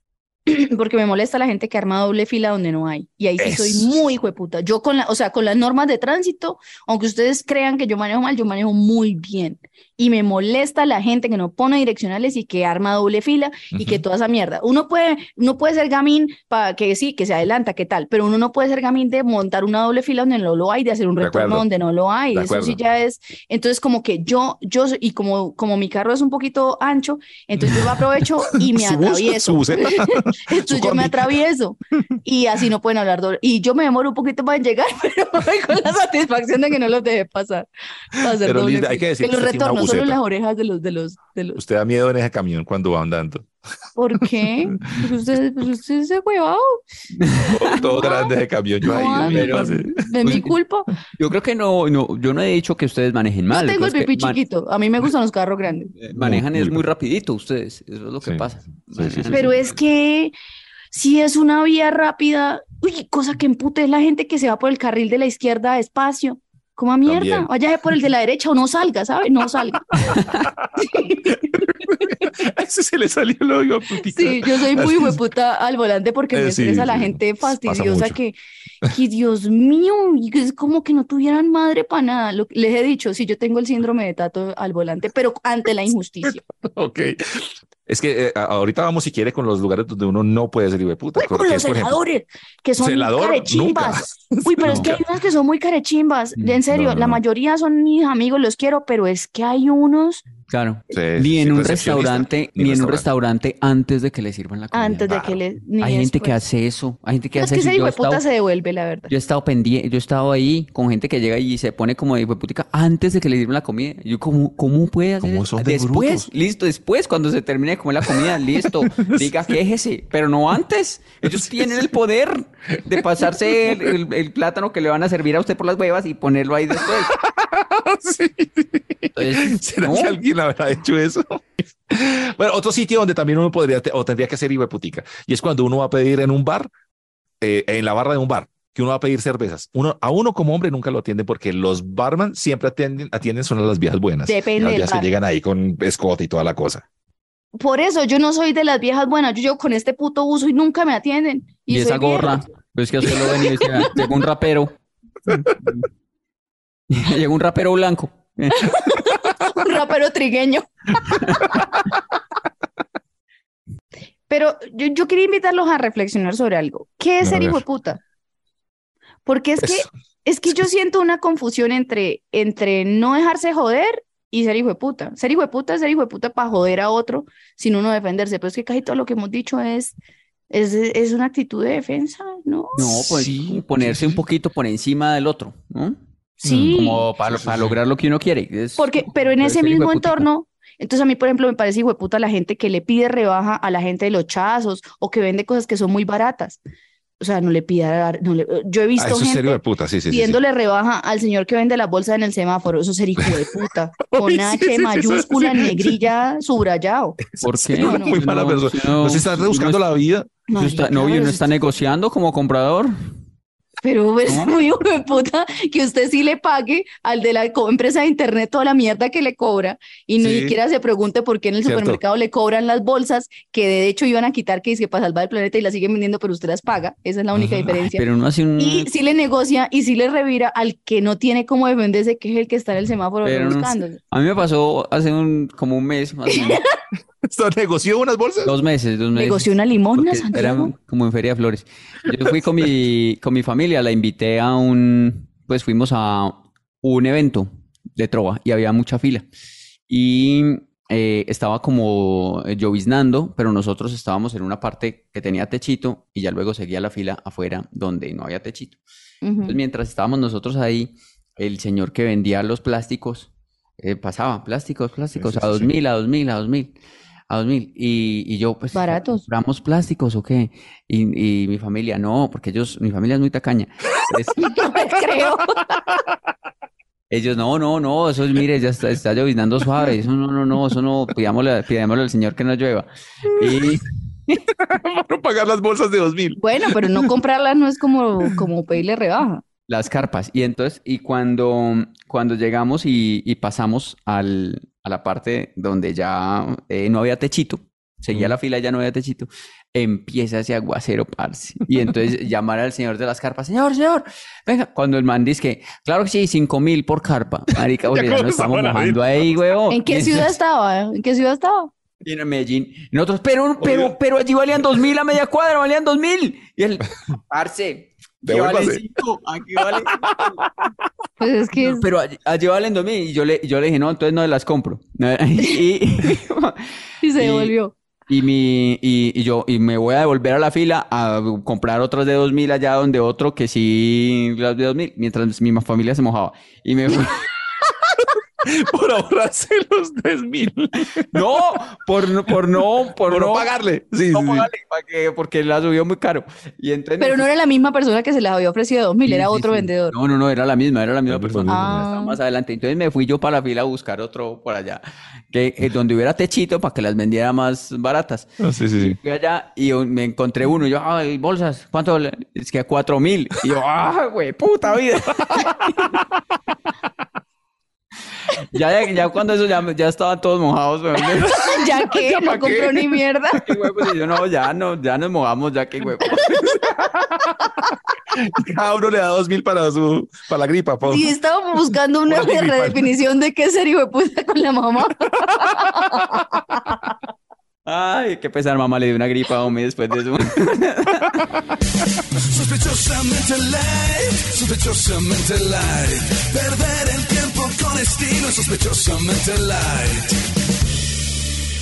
Speaker 3: porque me molesta la gente que arma doble fila donde no hay. Y ahí sí
Speaker 1: Eso.
Speaker 3: soy muy hueputa. Yo con la, o sea, con las normas de tránsito, aunque ustedes crean que yo manejo mal, yo manejo muy bien. Y me molesta la gente que no pone direccionales y que arma doble fila y que
Speaker 1: Ujú.
Speaker 3: toda esa mierda. Uno puede, uno puede ser gamín para que sí, que se adelanta, que tal, pero uno no puede ser gamín de montar una doble fila donde no lo hay, de hacer un
Speaker 1: De
Speaker 3: retorno
Speaker 1: acuerdo.
Speaker 3: donde no lo hay.
Speaker 1: De
Speaker 3: Eso sí
Speaker 1: acuerdo.
Speaker 3: ya es. Entonces, como que yo, yo, soy- y como, como mi carro es un poquito ancho, entonces yo lo aprovecho y me
Speaker 1: Su bus,
Speaker 3: atravieso.
Speaker 1: su buseta. Su
Speaker 3: Entonces yo
Speaker 1: combi.
Speaker 3: me atravieso y así no pueden hablar doble. Y yo me demoro un poquito para en llegar, pero voy con la satisfacción de que no los dejé pasar. para hacer
Speaker 1: Pero,
Speaker 3: doble
Speaker 1: Linda, hay
Speaker 3: fila.
Speaker 1: que decir que
Speaker 3: los
Speaker 1: usted tiene una
Speaker 3: retornos, solo
Speaker 1: buceta.
Speaker 3: las orejas de los, de los, de los.
Speaker 1: Usted da miedo en ese camión cuando va andando.
Speaker 3: ¿Por qué? Pues usted, pues usted se huevado,
Speaker 1: Todo, todo grande ese camión.
Speaker 3: No,
Speaker 1: Yo, ay, Dios mío,
Speaker 2: pero-
Speaker 1: pase.
Speaker 3: es mi
Speaker 2: Pues-
Speaker 3: culpa.
Speaker 2: Yo creo que no, no, yo no he dicho que ustedes manejen mal.
Speaker 3: no tengo el
Speaker 2: pues, que
Speaker 3: pipí
Speaker 2: man-
Speaker 3: chiquito. A mí me gustan los carros grandes.
Speaker 2: eh, manejan
Speaker 1: Muy-
Speaker 2: es
Speaker 1: muy
Speaker 2: muy
Speaker 1: bien.
Speaker 2: rapidito ustedes, eso es lo que
Speaker 1: Sí,
Speaker 2: pasa.
Speaker 1: sí, sí, sí.
Speaker 3: Pero es que si es una vía rápida, uy, cosa que empute es la gente que se va por el carril de la izquierda despacio. Como a mierda,
Speaker 1: También.
Speaker 3: váyase por el de la derecha o no salga, ¿sabes? No salga.
Speaker 1: A ese se le salió el odio. putica.
Speaker 3: Sí, yo soy muy hueputa al volante porque me
Speaker 1: Eh, sí,
Speaker 3: estresa la
Speaker 1: sí,
Speaker 3: gente
Speaker 1: pasa
Speaker 3: fastidiosa
Speaker 1: mucho.
Speaker 3: que, que, Dios mío, y que es como que no tuvieran madre para nada. Lo- les he dicho, sí, yo tengo el síndrome de tato al volante, pero ante la injusticia.
Speaker 1: Ok. Es que eh, a- ahorita vamos, si quiere, con los lugares donde uno no puede ser hijo de puta.
Speaker 3: Uy, con
Speaker 1: que
Speaker 3: los
Speaker 1: es, por ejemplo,
Speaker 3: celadores, que son
Speaker 1: celador,
Speaker 3: carechimbas. Uy, pero es que
Speaker 1: Nunca.
Speaker 3: hay unos que son muy carechimbas.
Speaker 2: Mm,
Speaker 3: En serio,
Speaker 1: no, no,
Speaker 3: la
Speaker 1: no.
Speaker 3: mayoría son mis amigos, los quiero, pero es que hay unos
Speaker 2: Claro.
Speaker 1: Sí,
Speaker 2: Ni
Speaker 1: sí,
Speaker 2: en un
Speaker 1: recepcionista,
Speaker 2: restaurante,
Speaker 1: ni
Speaker 2: ni en un restaurante antes de que le sirvan la comida.
Speaker 3: antes de que
Speaker 1: claro.
Speaker 3: les. ni
Speaker 2: Hay gente que
Speaker 3: después.
Speaker 2: hace eso, hay gente que
Speaker 3: No, Es
Speaker 2: hace
Speaker 3: que
Speaker 2: eso.
Speaker 3: ese
Speaker 2: y yo
Speaker 3: hijo
Speaker 2: he
Speaker 3: de puta
Speaker 2: estado-
Speaker 3: se devuelve, la verdad.
Speaker 2: Yo he estado pendiente, yo he estado ahí con gente que llega y se pone como de putica antes de que le sirvan la comida. Yo, ¿cómo, cómo puede hacer
Speaker 1: ¿Cómo
Speaker 2: eso?
Speaker 1: son de
Speaker 2: Después,
Speaker 1: brutos?
Speaker 2: listo, después, cuando se termine de comer la comida, listo, diga, quéjese, pero no antes. Ellos tienen el poder de pasarse el, el- el plátano que le van a servir a usted por las huevas y ponerlo ahí después. Entonces,
Speaker 1: ¿Será
Speaker 2: no.
Speaker 1: que alguien habrá hecho eso? bueno, otro sitio donde también uno podría te- o tendría que ser putica y es cuando uno va a pedir en un bar, eh, en la barra de un bar, que uno va a pedir cervezas. Uno, a uno como hombre nunca lo atienden porque los barman siempre atienden, atienden son a las viejas buenas.
Speaker 3: Depende
Speaker 1: las
Speaker 3: del
Speaker 1: viejas que
Speaker 3: bar.
Speaker 1: llegan ahí con escote y toda la cosa.
Speaker 3: Por eso yo no soy de las viejas buenas. Yo llego con este puto uso y nunca me atienden.
Speaker 2: Y,
Speaker 3: Y,
Speaker 2: esa
Speaker 3: soy vieja.
Speaker 2: gorra, pues que a usted lo ven y dice, "Ah, llegó un rapero. llegó un rapero blanco.
Speaker 3: Un rapero trigueño. Pero yo, yo quería invitarlos a reflexionar sobre algo. ¿Qué es
Speaker 1: A
Speaker 3: ser
Speaker 1: ver.
Speaker 3: hijo de puta? Porque es que,
Speaker 1: Eso.
Speaker 3: es que yo siento una confusión entre, entre no dejarse joder y ser hijo de puta. Ser hijo de puta es ser hijo de puta para joder a otro sin uno defenderse. Pero es que casi todo lo que hemos dicho es, es, es una actitud de defensa, ¿no?
Speaker 2: No, pues
Speaker 1: Sí,
Speaker 2: como ponerse
Speaker 1: sí,
Speaker 2: un
Speaker 1: sí.
Speaker 2: poquito por encima del otro, ¿no?
Speaker 1: Mm,
Speaker 3: Sí.
Speaker 2: Como para,
Speaker 1: sí,
Speaker 2: para
Speaker 1: sí.
Speaker 2: lograr lo que uno quiere. Es-
Speaker 3: Porque, pero en
Speaker 2: puede
Speaker 1: este
Speaker 3: ese
Speaker 2: ser
Speaker 3: mismo
Speaker 2: hijueputica.
Speaker 3: entorno, entonces a mí, por ejemplo, me parece hijueputa la gente que le pide rebaja a la gente de los chazos o que vende cosas que son muy baratas. O sea, no le pida, no le- yo he
Speaker 1: Ah,
Speaker 3: visto
Speaker 1: eso es serio de
Speaker 3: gente
Speaker 1: puta, sí, sí. sí, sí.
Speaker 3: pidiéndole rebaja al señor que vende las bolsas en el semáforo. Eso es ser hijo de puta. Con
Speaker 1: Uy, sí, sí,
Speaker 3: H
Speaker 1: sí, eso-
Speaker 3: mayúscula,
Speaker 1: sí, sí.
Speaker 3: negrilla, subrayado.
Speaker 2: ¿Por
Speaker 1: Sí,
Speaker 2: qué?
Speaker 1: una
Speaker 3: No,
Speaker 1: muy
Speaker 2: no,
Speaker 1: mala
Speaker 2: no,
Speaker 1: persona.
Speaker 2: no,
Speaker 1: No, se está
Speaker 2: no
Speaker 1: rebuscando
Speaker 2: es-
Speaker 1: la vida.
Speaker 2: Uno está-
Speaker 3: Marica,
Speaker 2: no, y
Speaker 3: pero
Speaker 2: uno
Speaker 3: eso
Speaker 2: está negociando como comprador.
Speaker 3: Pero es
Speaker 2: ¿No?
Speaker 3: muy hijo de puta que usted sí le pague al de la co- empresa de internet toda la mierda que le cobra y ni
Speaker 1: Sí.
Speaker 3: siquiera se pregunte por qué en el
Speaker 1: Cierto.
Speaker 3: supermercado le cobran las bolsas que de hecho iban a quitar que dice para salvar el planeta y las siguen vendiendo, pero usted las paga. Esa es la única
Speaker 1: Ujú.
Speaker 3: diferencia.
Speaker 2: Pero uno hace un.
Speaker 3: Y si le negocia y si le revira al que no tiene cómo defenderse, que es el que está en el semáforo
Speaker 2: Pero no-
Speaker 3: buscándose.
Speaker 2: A mí me pasó hace un, como un mes, más o menos.
Speaker 1: ¿Está negoció unas bolsas?
Speaker 2: dos meses, dos meses.
Speaker 3: Negoció una limosna,
Speaker 2: Porque era
Speaker 3: Santiago.
Speaker 2: como en Feria de Flores. Yo fui con mi, con mi familia, la invité a un, pues fuimos a un evento de trova y había mucha fila. Y eh, estaba como lloviznando, pero nosotros estábamos en una parte que tenía techito y ya luego seguía la fila afuera donde no había techito.
Speaker 3: Ujú.
Speaker 2: Entonces, mientras estábamos nosotros ahí, el señor que vendía los plásticos eh, pasaba plásticos, plásticos
Speaker 1: sí,
Speaker 2: a
Speaker 1: sí,
Speaker 2: dos
Speaker 1: sí.
Speaker 2: mil, a dos mil, a dos mil, a dos mil. Y, y yo, pues,
Speaker 3: Baratos.
Speaker 2: ¿compramos plásticos o qué? Y, y mi familia, no, porque ellos, mi familia es muy tacaña. Es-
Speaker 3: No me creo.
Speaker 2: ellos, no, no, no, eso es, mire, ya está, está lloviznando suave. Eso no, no, no, eso no, pidámosle, pidámosle al señor que no llueva. Y
Speaker 1: Para pagar las bolsas de dos mil.
Speaker 3: Bueno, pero no comprarlas no es como, como pedirle rebaja.
Speaker 2: Las carpas. Y entonces, y cuando, cuando llegamos y, y pasamos al, a la parte donde ya eh, no había techito, seguía la fila y ya no había techito, empieza ese aguacero, parce. Y entonces llamar al señor de las carpas, señor, señor, venga. Cuando el man dice que, claro que sí, cinco mil por carpa. Marica, porque ya
Speaker 1: cómo
Speaker 2: nos estamos
Speaker 1: estaba la
Speaker 2: mojando ahí, huevón.
Speaker 3: ¿En qué
Speaker 2: Y
Speaker 3: ciudad estaba? ¿En qué ciudad estaba?
Speaker 2: Y en Medellín. Y Nosotros, pero, pero, pero allí valían dos mil a media cuadra, valían dos mil. Y el, parce, aquí vale
Speaker 1: Devuélvase.
Speaker 2: cinco, aquí vale cinco.
Speaker 3: Pues es que.
Speaker 2: No, Pero allí, allí valen dos mil. Y yo le, yo le dije, no, entonces no las compro. Y,
Speaker 3: Y se
Speaker 2: Y-
Speaker 3: devolvió.
Speaker 2: y, mi, y, y yo y me voy a devolver a la fila a comprar otras de 2000 allá donde otro que sí las de 2000 mientras mi ma- familia se mojaba. Y me fui-
Speaker 1: Por ahorrarse los 3 mil.
Speaker 2: no, por, no- por no, por,
Speaker 1: Por
Speaker 2: no,
Speaker 1: no pagarle. Sí,
Speaker 2: no
Speaker 1: sí, sí.
Speaker 2: pagarle, pa' que- porque la subió muy caro. Y entonces me
Speaker 3: Pero no
Speaker 2: fui-
Speaker 3: era la misma persona que se las había ofrecido dos mil,
Speaker 2: Sí,
Speaker 3: era
Speaker 2: sí,
Speaker 3: otro
Speaker 2: sí.
Speaker 3: vendedor.
Speaker 2: No, no, no, era la misma, era la misma persona.
Speaker 3: Ah.
Speaker 2: Más adelante. Entonces me fui yo para la fila a buscar otro por allá, que eh, donde hubiera techito para que las vendiera más baratas.
Speaker 1: Ah, sí, sí, sí.
Speaker 2: Fui allá y un- me encontré uno. Y yo, ay, bolsas, ¿cuánto? vale?". Es que a cuatro mil. Y yo, ah, güey, puta vida. ya, ya cuando eso ya, ya estaban todos mojados. güey.
Speaker 3: ya que no
Speaker 1: pa' qué?
Speaker 3: compró ni mierda.
Speaker 2: Qué huevos. pues", Y yo, no, ya no, ya nos mojamos, ya qué huevos.
Speaker 1: Cada uno le da 2 mil para, su, para la gripa. pa-
Speaker 3: Y estábamos buscando una
Speaker 1: Por ahí, mi
Speaker 3: redefinición de qué ser hijo de puta con la mamá.
Speaker 2: Ay, qué pesar, mamá, le dio una gripa a Omi después de eso.
Speaker 4: Sospechosamente light, sospechosamente light. Perder el tiempo con estilo, sospechosamente light.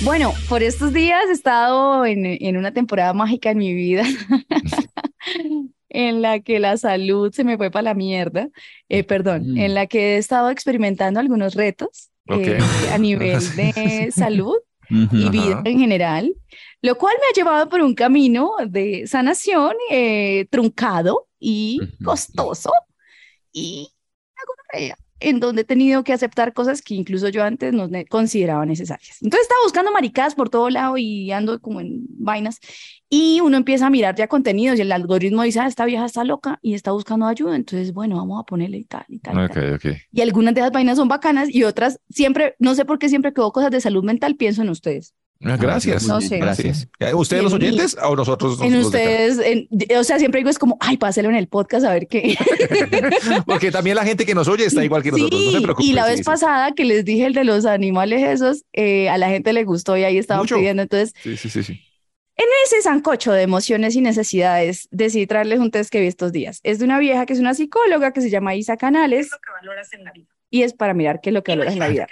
Speaker 3: Bueno, por estos días he estado en, en una temporada mágica en mi vida, en la que la salud se me fue para la mierda, eh, perdón, en la que he estado experimentando algunos retos
Speaker 1: Ok.
Speaker 3: eh, a nivel de salud y vida
Speaker 1: Ajá.
Speaker 3: en general, lo cual me ha llevado por un camino de sanación eh, truncado y
Speaker 2: Ujú.
Speaker 3: costoso y gonorrea, en donde he tenido que aceptar cosas que incluso yo antes no ne- consideraba necesarias. Entonces estaba buscando maricadas por todo lado y ando como en vainas y uno empieza a mirar ya contenidos y el algoritmo dice, ah, esta vieja está loca y está buscando ayuda, entonces bueno, vamos a ponerle y tal y tal. y tal.
Speaker 1: Ok, ok.
Speaker 3: Y algunas de esas vainas son bacanas y otras siempre, no sé por qué siempre que veo cosas de salud mental, pienso en ustedes.
Speaker 1: Ah, Gracias.
Speaker 3: No sé.
Speaker 2: Gracias.
Speaker 1: Sí. Eh, ¿Ustedes los
Speaker 3: En mí.
Speaker 1: oyentes o nosotros? los-
Speaker 3: En
Speaker 1: los de acá?
Speaker 3: ustedes, en- de- o sea, siempre digo es como, ay, páselo en el podcast a ver qué.
Speaker 1: Porque también la gente que nos oye está igual que nosotros. no se
Speaker 3: Sí,
Speaker 1: preocupen.
Speaker 3: y la
Speaker 1: sí,
Speaker 3: vez
Speaker 1: sí.
Speaker 3: pasada que les dije el de los animales esos, eh, a la gente le gustó y ahí estaban
Speaker 1: Mucho.
Speaker 3: pidiendo. Entonces,
Speaker 1: Sí, sí, sí, sí.
Speaker 3: ese sancocho de emociones y necesidades, decidí traerles un test que vi estos días. Es de una vieja que es una psicóloga que se llama Isa Canales
Speaker 5: que valoras en la vida.
Speaker 3: y es para mirar qué es lo que valoras en la vida.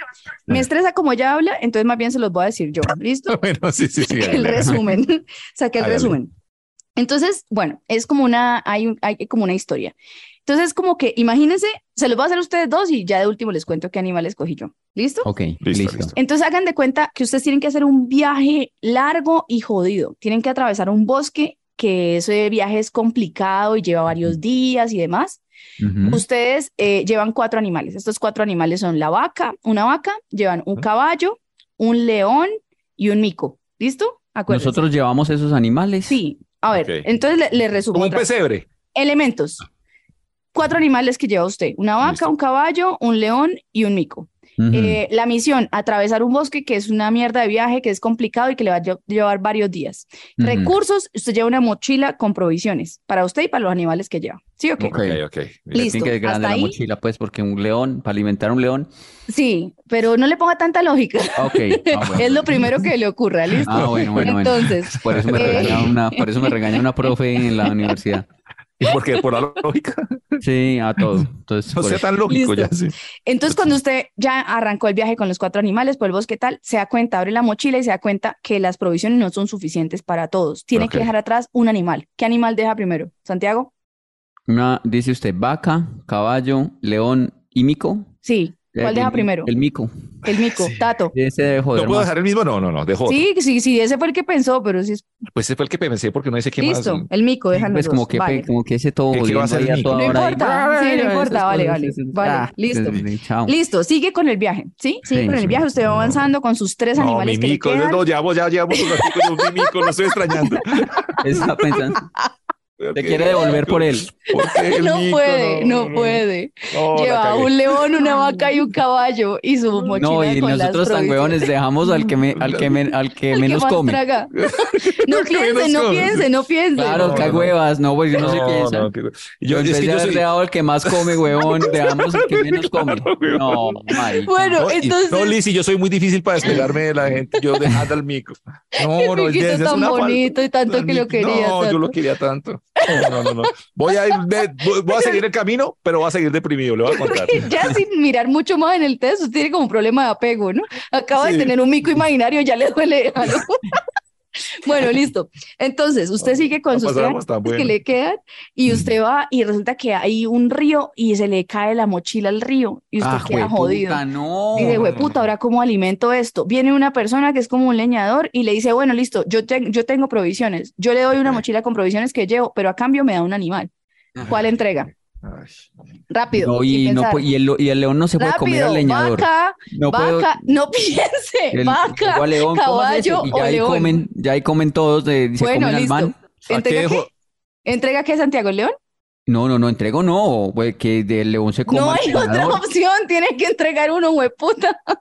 Speaker 3: Me estresa como ella habla, entonces más bien se los voy a decir yo. ¿Listo?
Speaker 1: Bueno, sí, sí, sí.
Speaker 3: el
Speaker 1: dale.
Speaker 3: resumen. Saqué el
Speaker 1: Hágale.
Speaker 3: resumen. Entonces, bueno, es como una, hay, un- hay como una historia. Entonces, como que imagínense, se los voy a hacer a ustedes dos y ya de último les cuento qué animal escogí yo. ¿Listo?
Speaker 2: ok,
Speaker 1: Listo,
Speaker 2: listo.
Speaker 1: listo.
Speaker 3: Entonces hagan de cuenta que ustedes tienen que hacer un viaje largo y jodido. Tienen que atravesar un bosque, que ese viaje es complicado y lleva varios días y demás.
Speaker 2: Ujú.
Speaker 3: Ustedes eh, llevan cuatro animales. Estos cuatro animales son la vaca, una vaca, llevan un caballo, un león y un mico. ¿Listo? Acuérdense.
Speaker 2: Nosotros llevamos esos animales.
Speaker 3: Sí, a ver,
Speaker 1: Ok.
Speaker 3: entonces le, le resumo
Speaker 1: Como un
Speaker 3: otra vez.
Speaker 1: pesebre.
Speaker 3: Elementos. Cuatro animales que lleva usted. Una vaca,
Speaker 1: Listo. Mm.
Speaker 3: un caballo, un león y un mico.
Speaker 2: Ujú.
Speaker 3: Eh, la misión, atravesar un bosque que es una mierda de viaje, que es complicado y que le va a lle- llevar varios días.
Speaker 1: Mm.
Speaker 2: Ujú.
Speaker 3: Recursos, usted lleva una mochila con provisiones para usted y para los animales que lleva. ¿Sí o qué?
Speaker 1: Ok, ok.
Speaker 3: Listo.
Speaker 2: Tiene que es grande
Speaker 3: hasta
Speaker 2: la
Speaker 3: ahí.
Speaker 2: mochila, pues, porque un león, para alimentar un león.
Speaker 3: Sí, pero no le ponga tanta lógica.
Speaker 2: Ok. Ah, bueno.
Speaker 3: Es lo primero que le ocurra, ¿listo?
Speaker 2: Ah, bueno, bueno, bueno.
Speaker 3: Entonces,
Speaker 2: Por eso me
Speaker 3: Eh.
Speaker 2: regaña una, por eso me regaña una profe en la universidad.
Speaker 1: ¿Y porque por la lógica?
Speaker 2: Sí, a todo. Entonces,
Speaker 1: No
Speaker 2: por
Speaker 1: sea
Speaker 2: eso.
Speaker 1: tan
Speaker 3: Listo.
Speaker 1: lógico ya. Sí.
Speaker 3: Entonces, cuando usted ya arrancó el viaje con los cuatro animales por el bosque tal, se da cuenta, abre la mochila y se da cuenta que las provisiones no son suficientes para todos. Tiene que
Speaker 1: Ok.
Speaker 3: dejar atrás un animal. ¿Qué animal deja primero? Santiago.
Speaker 2: Una- dice usted vaca, caballo, león y mico. Eh,
Speaker 3: Sí. ¿Cuál
Speaker 2: El-
Speaker 3: deja primero?
Speaker 2: El mico.
Speaker 3: El mico. Tato.
Speaker 2: Ese debe
Speaker 1: ¿No
Speaker 2: joder
Speaker 1: puedo
Speaker 2: más.
Speaker 1: dejar el mismo? No, no, no. Dejó.
Speaker 3: Sí, sí, sí, ese fue el que pensó, pero sí es
Speaker 1: Pues ese fue el que pensé porque no dice qué más.
Speaker 3: listo. El mico, déjalo.
Speaker 2: Pues como que, pe-
Speaker 3: vale.
Speaker 2: como que ese todo
Speaker 1: ¿Qué- qué va a
Speaker 2: jodiendo
Speaker 1: hacer
Speaker 2: ahí
Speaker 1: el
Speaker 2: a
Speaker 1: mico?
Speaker 2: toda
Speaker 3: No
Speaker 2: hora ahí.
Speaker 3: importa, sí, no
Speaker 2: Esas
Speaker 3: importa, vale,
Speaker 2: cosas,
Speaker 3: vale,
Speaker 2: esas-
Speaker 3: vale,
Speaker 2: ah,
Speaker 3: listo.
Speaker 2: desde- Chao.
Speaker 3: Listo, sigue con el viaje, ¿sí? Sigue
Speaker 2: Sí,
Speaker 3: con el
Speaker 2: sí.
Speaker 3: viaje, usted va avanzando con sus tres
Speaker 1: No,
Speaker 3: animales
Speaker 1: mi
Speaker 3: que le
Speaker 1: mico.
Speaker 3: quedan.
Speaker 2: Pues, ah,
Speaker 1: No, ya, ya llevamos un ratico con mi mico. Lo estoy extrañando.
Speaker 2: Estaba pensando. Te quiere devolver por él.
Speaker 1: ¿Por qué el
Speaker 3: No
Speaker 1: mico?
Speaker 3: puede, no puede.
Speaker 1: No, la
Speaker 3: Llevaba
Speaker 1: cagué.
Speaker 3: un león, una vaca y un caballo y su mochila
Speaker 2: No, y
Speaker 3: con las
Speaker 2: nosotros tan
Speaker 3: provisiones.
Speaker 2: huevones dejamos al que, me- al que, men- al que
Speaker 3: El que
Speaker 2: menos
Speaker 3: más
Speaker 2: come.
Speaker 3: traga. No piensen, no
Speaker 1: come.
Speaker 3: piensen, no piensen.
Speaker 2: Claro,
Speaker 1: No,
Speaker 2: que
Speaker 1: no.
Speaker 2: huevas, no, porque no, se
Speaker 1: No,
Speaker 2: piensa.
Speaker 1: no, que-
Speaker 2: Yo
Speaker 1: Yo,
Speaker 2: en
Speaker 1: es
Speaker 2: vez
Speaker 1: que
Speaker 2: de
Speaker 1: yo
Speaker 2: haber
Speaker 1: soy-
Speaker 2: dejamos el que más come, huevón, dejamos el que menos come.
Speaker 1: Claro, huevón.
Speaker 2: No, marica.
Speaker 3: Bueno,
Speaker 1: No, y-
Speaker 3: entonces-
Speaker 1: no, Liz, y yo soy muy difícil para despegarme de la gente. Yo dejando al mico. No,
Speaker 3: Mi
Speaker 1: no, el
Speaker 3: hijito
Speaker 1: de- es
Speaker 3: tan
Speaker 1: una falta.
Speaker 3: bonito y tanto que lo quería.
Speaker 1: No, yo
Speaker 3: tanto.
Speaker 1: lo quería tanto. No, no, no. Voy a, ir de- voy- voy a seguir el camino, pero voy a seguir deprimido, le voy a contar.
Speaker 3: Ya sin mirar mucho más en el test, usted tiene como un problema de apego, ¿no? Acaba
Speaker 1: Sí.
Speaker 3: de tener un mico imaginario, ya le duele algo. bueno, listo. Entonces, usted sigue con
Speaker 1: No
Speaker 3: sus
Speaker 1: Ah,
Speaker 3: planes
Speaker 1: pasamos tan bueno.
Speaker 3: que le quedan y usted va y resulta que hay un río y se le cae la mochila al río y usted
Speaker 2: Ah,
Speaker 3: queda
Speaker 2: jueputa,
Speaker 3: jodido.
Speaker 2: no.
Speaker 3: Dice, puta, ahora cómo alimento esto. Viene una persona que es como un leñador y le dice, bueno, listo, yo, ten- yo tengo provisiones. Yo le doy una mochila con provisiones que llevo, pero a cambio me da un animal. ¿Cuál entrega?
Speaker 1: Ay.
Speaker 3: Rápido.
Speaker 2: No,
Speaker 3: sin
Speaker 2: y, no,
Speaker 3: pensar.
Speaker 2: pu- y, el, y el león no se puede comer
Speaker 3: Rápido,
Speaker 2: al leñador.
Speaker 3: vaca,
Speaker 2: no puedo-
Speaker 3: vaca, no piense,
Speaker 2: el-
Speaker 3: vaca.
Speaker 2: o al león,
Speaker 3: caballo
Speaker 2: cómase eso, y ya
Speaker 3: o
Speaker 2: ahí
Speaker 3: león.
Speaker 2: comen, ya ahí comen todos, de, se
Speaker 3: Bueno,
Speaker 2: comen al
Speaker 3: listo.
Speaker 2: man.
Speaker 3: ¿Entrega
Speaker 1: Saquejo.
Speaker 3: qué? ¿Entrega qué, Santiago León?
Speaker 2: No, no, no, entrego no, pues, que del león se coma
Speaker 3: No
Speaker 2: al
Speaker 3: hay otra
Speaker 2: leñador.
Speaker 3: opción, tiene que entregar uno, hueputa. Por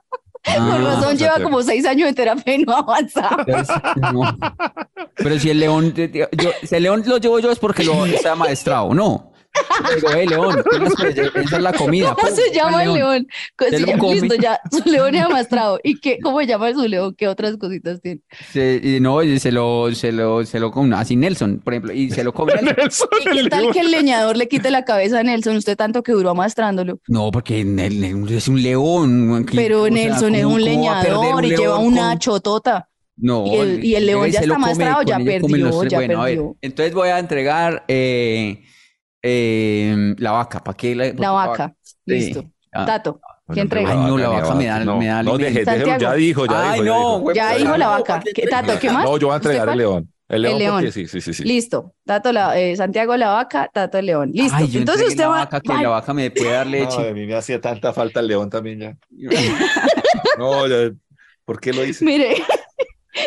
Speaker 2: Ah.
Speaker 3: razón, lleva
Speaker 1: Santiago.
Speaker 3: como seis años de terapia y no ha avanzado.
Speaker 2: Entonces, no. Pero si el león, te- te- yo, si el león lo llevo yo es porque lo está maestrado, no. Le digo, hey, león, tengas pre- esa es la comida.
Speaker 3: ¿Cómo
Speaker 2: pum,
Speaker 3: se llama el león?
Speaker 2: Se
Speaker 3: Se
Speaker 2: lo
Speaker 3: llama-
Speaker 2: come.
Speaker 3: listo, ya, su león es amastrado. ¿Y qué, cómo se llama su león? ¿Qué otras cositas tiene?
Speaker 2: Se- y no, y se lo, se lo, se lo come, así Nelson, por ejemplo, y se lo come. Nelson.
Speaker 1: Nelson,
Speaker 3: ¿Y qué
Speaker 1: el
Speaker 3: tal
Speaker 1: león.
Speaker 3: que el leñador le quite la cabeza a Nelson? Usted tanto que duró amastrándolo.
Speaker 2: No, porque Nel- Nel- es un león. weón, que-
Speaker 3: Pero
Speaker 2: o sea,
Speaker 3: Nelson es
Speaker 2: ¿cómo-
Speaker 3: un
Speaker 2: cómo va a perder
Speaker 3: leñador
Speaker 2: un
Speaker 3: y lleva
Speaker 2: león
Speaker 3: una
Speaker 2: con-
Speaker 3: chotota.
Speaker 2: No,
Speaker 3: Y el- y el león
Speaker 2: llega
Speaker 3: ya
Speaker 2: se
Speaker 3: está
Speaker 2: lo come,
Speaker 3: maestrado, ya
Speaker 2: con ello comen
Speaker 3: perdió,
Speaker 2: los tres.
Speaker 3: ya
Speaker 2: Bueno, a ver,
Speaker 3: perdió.
Speaker 2: entonces voy a entregar eh, eh, la vaca. ¿Para qué? La,
Speaker 3: La vaca. Listo.
Speaker 2: Ah.
Speaker 3: Tato, ¿qué
Speaker 1: Bueno,
Speaker 3: entrega?
Speaker 2: Ay, no, la
Speaker 1: ni
Speaker 2: vaca me da-
Speaker 1: no,
Speaker 2: me da
Speaker 1: No,
Speaker 2: alimento.
Speaker 1: deje- déjelo, ya
Speaker 3: Santiago.
Speaker 1: dijo, ya
Speaker 2: Ay,
Speaker 1: dijo. ya
Speaker 2: no,
Speaker 1: dijo.
Speaker 2: güey,
Speaker 3: Ya
Speaker 2: pues,
Speaker 3: dijo la
Speaker 2: no,
Speaker 3: vaca.
Speaker 2: ¿para qué
Speaker 3: ¿Qué-
Speaker 2: entrega?
Speaker 3: Tato, qué más?
Speaker 1: No, yo voy a
Speaker 3: ¿Usted
Speaker 1: entregar
Speaker 3: cuál?
Speaker 1: el león. El león,
Speaker 3: león.
Speaker 1: porque sí, sí, sí. sí.
Speaker 3: Listo. Tato la, eh, Santiago la vaca, Tato el león. Listo.
Speaker 2: Ay, yo
Speaker 3: Entonces
Speaker 2: entregué
Speaker 3: usted
Speaker 2: la
Speaker 3: va.
Speaker 2: vaca que
Speaker 3: va-
Speaker 2: la vaca me puede dar
Speaker 1: No,
Speaker 2: leche.
Speaker 1: a mí me hacía tanta falta el león también ya. No, ya, ¿por qué lo hice?
Speaker 3: Mire.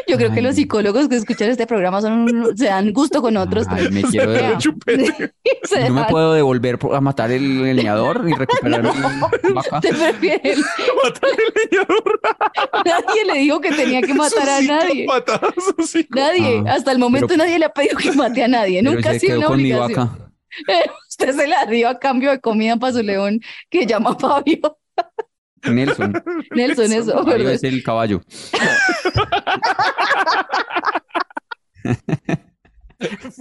Speaker 3: Yo creo que
Speaker 2: Ay.
Speaker 3: los psicólogos que escuchan este programa son un- se dan gusto con otros.
Speaker 2: Ay, me quiero
Speaker 3: Vea,
Speaker 1: Chupete.
Speaker 3: se
Speaker 2: no me
Speaker 3: dan-
Speaker 2: puedo devolver por- a matar el leñador y recuperar mi vaca.
Speaker 3: Te prefieren.
Speaker 1: Matar al leñador.
Speaker 3: Nadie le dijo que tenía que matar a
Speaker 1: Sus cinco
Speaker 3: nadie.
Speaker 1: patadas, sus cinco-
Speaker 3: Nadie.
Speaker 2: Ah,
Speaker 3: Hasta el momento
Speaker 2: pero-
Speaker 3: nadie le ha pedido que mate a nadie.
Speaker 2: Pero
Speaker 3: Nunca ha
Speaker 2: se
Speaker 3: sido
Speaker 2: quedó
Speaker 3: una
Speaker 2: con mi
Speaker 3: obligación.
Speaker 2: vaca.
Speaker 3: Usted se la dio a cambio de comida para su león que llama Fabio.
Speaker 2: Nelson.
Speaker 3: Nelson, eso.
Speaker 2: Fabio
Speaker 3: ¿verdad?
Speaker 2: es el caballo.
Speaker 3: Ah.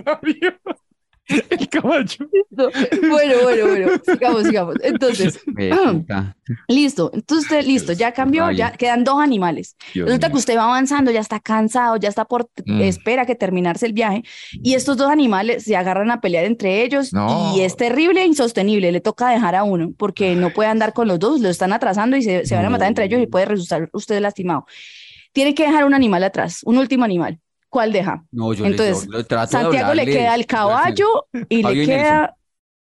Speaker 1: Fabio. El caballo.
Speaker 3: Bueno, bueno, bueno. Sigamos, sigamos. Entonces,
Speaker 2: Eh, puta.
Speaker 3: Listo, entonces usted, listo, ya cambió, ya
Speaker 2: rabia.
Speaker 3: quedan dos animales. Resulta que usted va avanzando, ya está cansado, ya está por
Speaker 1: Mm.
Speaker 3: espera que terminarse el viaje y estos dos animales se agarran a pelear entre ellos
Speaker 1: No.
Speaker 3: y es terrible e insostenible, le toca dejar a uno porque no puede andar con los dos, lo están atrasando y se, se van a matar entre ellos y puede resultar usted lastimado. Tiene que dejar un animal atrás, un último animal. ¿Cuál deja?
Speaker 2: No, yo
Speaker 3: Entonces,
Speaker 2: le, yo- yo trato de
Speaker 3: Santiago le
Speaker 2: hablarle.
Speaker 3: queda el caballo y
Speaker 2: Fabio
Speaker 3: le
Speaker 2: y
Speaker 3: queda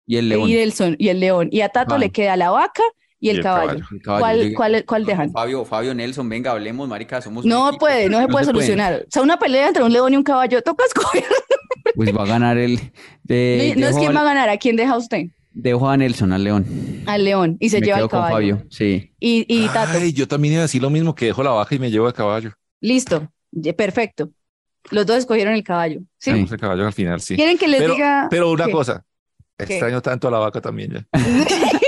Speaker 2: Y el
Speaker 3: y
Speaker 2: león.
Speaker 3: Nelson y el león y a Tato
Speaker 2: Ah.
Speaker 3: le queda la vaca y el, caballo.
Speaker 2: El caballo, yo
Speaker 3: ¿Cuál,
Speaker 2: digo,
Speaker 3: cuál, cuál dejan?
Speaker 2: Fabio, Fabio Nelson, venga, hablemos, marica, somos un
Speaker 3: No
Speaker 2: equipo.
Speaker 3: puede, no se
Speaker 2: No
Speaker 3: puede
Speaker 2: se puede.
Speaker 3: solucionar. O sea, una pelea entre un león y un caballo, toca escoger.
Speaker 2: Pues va a ganar el. de-
Speaker 3: no es
Speaker 2: Eh, dejo,
Speaker 3: quién va a
Speaker 2: al-
Speaker 3: ganar, ¿a quién deja usted?
Speaker 2: dejo a Nelson, al león.
Speaker 3: Al león y se
Speaker 2: Me
Speaker 3: lleva
Speaker 2: quedo
Speaker 3: el caballo.
Speaker 2: con Fabio, sí.
Speaker 3: Y, y Tato,
Speaker 1: Ay, yo también iba a decir lo mismo que dejo la vaca y me llevo el caballo.
Speaker 3: listo, ye- perfecto. Los dos escogieron el caballo. ¿sí?
Speaker 2: Sí.
Speaker 1: Dejamos el caballo al final, sí.
Speaker 3: ¿Quieren que les diga?
Speaker 1: pero una
Speaker 3: ¿Qué?
Speaker 1: cosa,
Speaker 3: ¿Qué?
Speaker 1: extraño tanto a la vaca también ya.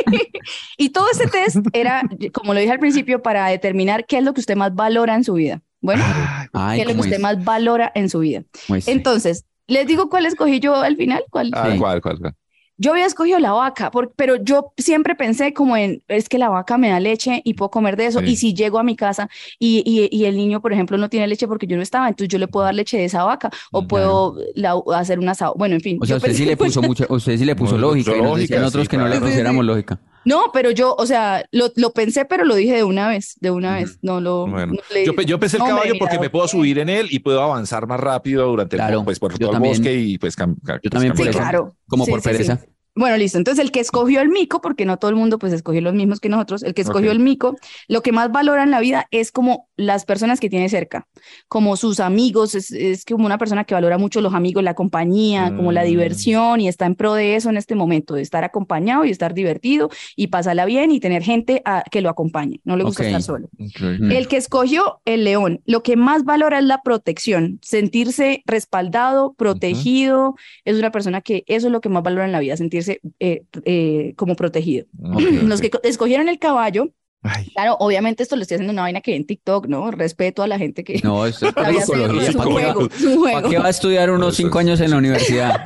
Speaker 3: y todo ese test era, como lo dije al principio, para determinar qué es lo que usted más valora en su vida. Bueno,
Speaker 2: Ay,
Speaker 3: qué es lo que
Speaker 2: ¿cómo
Speaker 3: usted
Speaker 2: es?
Speaker 3: más valora en su vida.
Speaker 2: ¿Cómo es?
Speaker 3: Entonces, les digo cuál escogí yo al final, cuál.
Speaker 1: Ah,
Speaker 2: Sí.
Speaker 1: ¿cuál, cuál, cuál?
Speaker 3: Yo había escogido la vaca, por- pero yo siempre pensé como en, es que la vaca me da leche y puedo comer de eso.
Speaker 1: Sí.
Speaker 3: Y si llego a mi casa y, y- y el niño, por ejemplo, no tiene leche porque yo no estaba, entonces yo le puedo dar leche de esa vaca o
Speaker 1: Claro.
Speaker 3: puedo la- hacer un asado. Bueno, en fin.
Speaker 2: O sea,
Speaker 3: yo
Speaker 2: usted
Speaker 3: pensé
Speaker 2: sí le
Speaker 3: mucho-
Speaker 2: puso mucha, usted sí le puso
Speaker 1: Mucho
Speaker 2: lógica, y nos
Speaker 1: lógica,
Speaker 2: decían otros
Speaker 1: sí,
Speaker 2: que no le
Speaker 1: claro.
Speaker 2: pusiéramos lógica.
Speaker 3: No, pero yo, o sea, lo, lo pensé, pero lo dije de una vez, de una
Speaker 2: Ujú.
Speaker 3: vez. No lo...
Speaker 1: Bueno,
Speaker 3: no le-
Speaker 1: Yo, pe- yo pensé el
Speaker 3: Hombre,
Speaker 1: caballo
Speaker 3: mira,
Speaker 1: porque me
Speaker 3: ok.
Speaker 1: puedo subir en él y puedo avanzar más rápido durante el
Speaker 2: Claro,
Speaker 1: pues por
Speaker 2: yo
Speaker 1: todo el
Speaker 2: también.
Speaker 1: bosque y pues cam- ca- pues,
Speaker 2: también por
Speaker 3: Sí,
Speaker 1: caminar.
Speaker 2: eso.
Speaker 3: claro.
Speaker 2: Como
Speaker 3: Sí,
Speaker 2: por
Speaker 3: sí, sí.
Speaker 2: pereza.
Speaker 3: Bueno, listo. Entonces, el que escogió el mico, porque no todo el mundo pues escogió los mismos que nosotros, el que escogió
Speaker 1: Ok.
Speaker 3: el mico, lo que más valora en la vida es como las personas que tiene cerca, como sus amigos, es, es como una persona que valora mucho los amigos, la compañía, como la
Speaker 1: Mm.
Speaker 3: diversión y está en pro de eso en este momento, de estar acompañado y estar divertido y pasarla bien y tener gente a- que lo acompañe. No le gusta
Speaker 2: Ok.
Speaker 3: estar solo.
Speaker 1: Ok.
Speaker 3: El que escogió el león, lo que más valora es la protección, sentirse respaldado, protegido. Es una persona que eso es lo que más valora en la vida, sentirse eh, eh, como protegido.
Speaker 1: Ok,
Speaker 3: Los
Speaker 1: ok.
Speaker 3: que co- escogieron el caballo,
Speaker 1: Ay,
Speaker 3: claro, obviamente esto lo estoy haciendo una vaina que vi en TikTok, ¿no? Respeto a la gente que...
Speaker 2: No, esto es
Speaker 3: la
Speaker 2: para
Speaker 3: había
Speaker 1: psicología,
Speaker 3: es un
Speaker 1: ¿pa' qué va?
Speaker 3: juego, es un juego.
Speaker 2: ¿Para qué va a estudiar unos
Speaker 1: Eso
Speaker 2: cinco
Speaker 1: es-
Speaker 2: años en la universidad?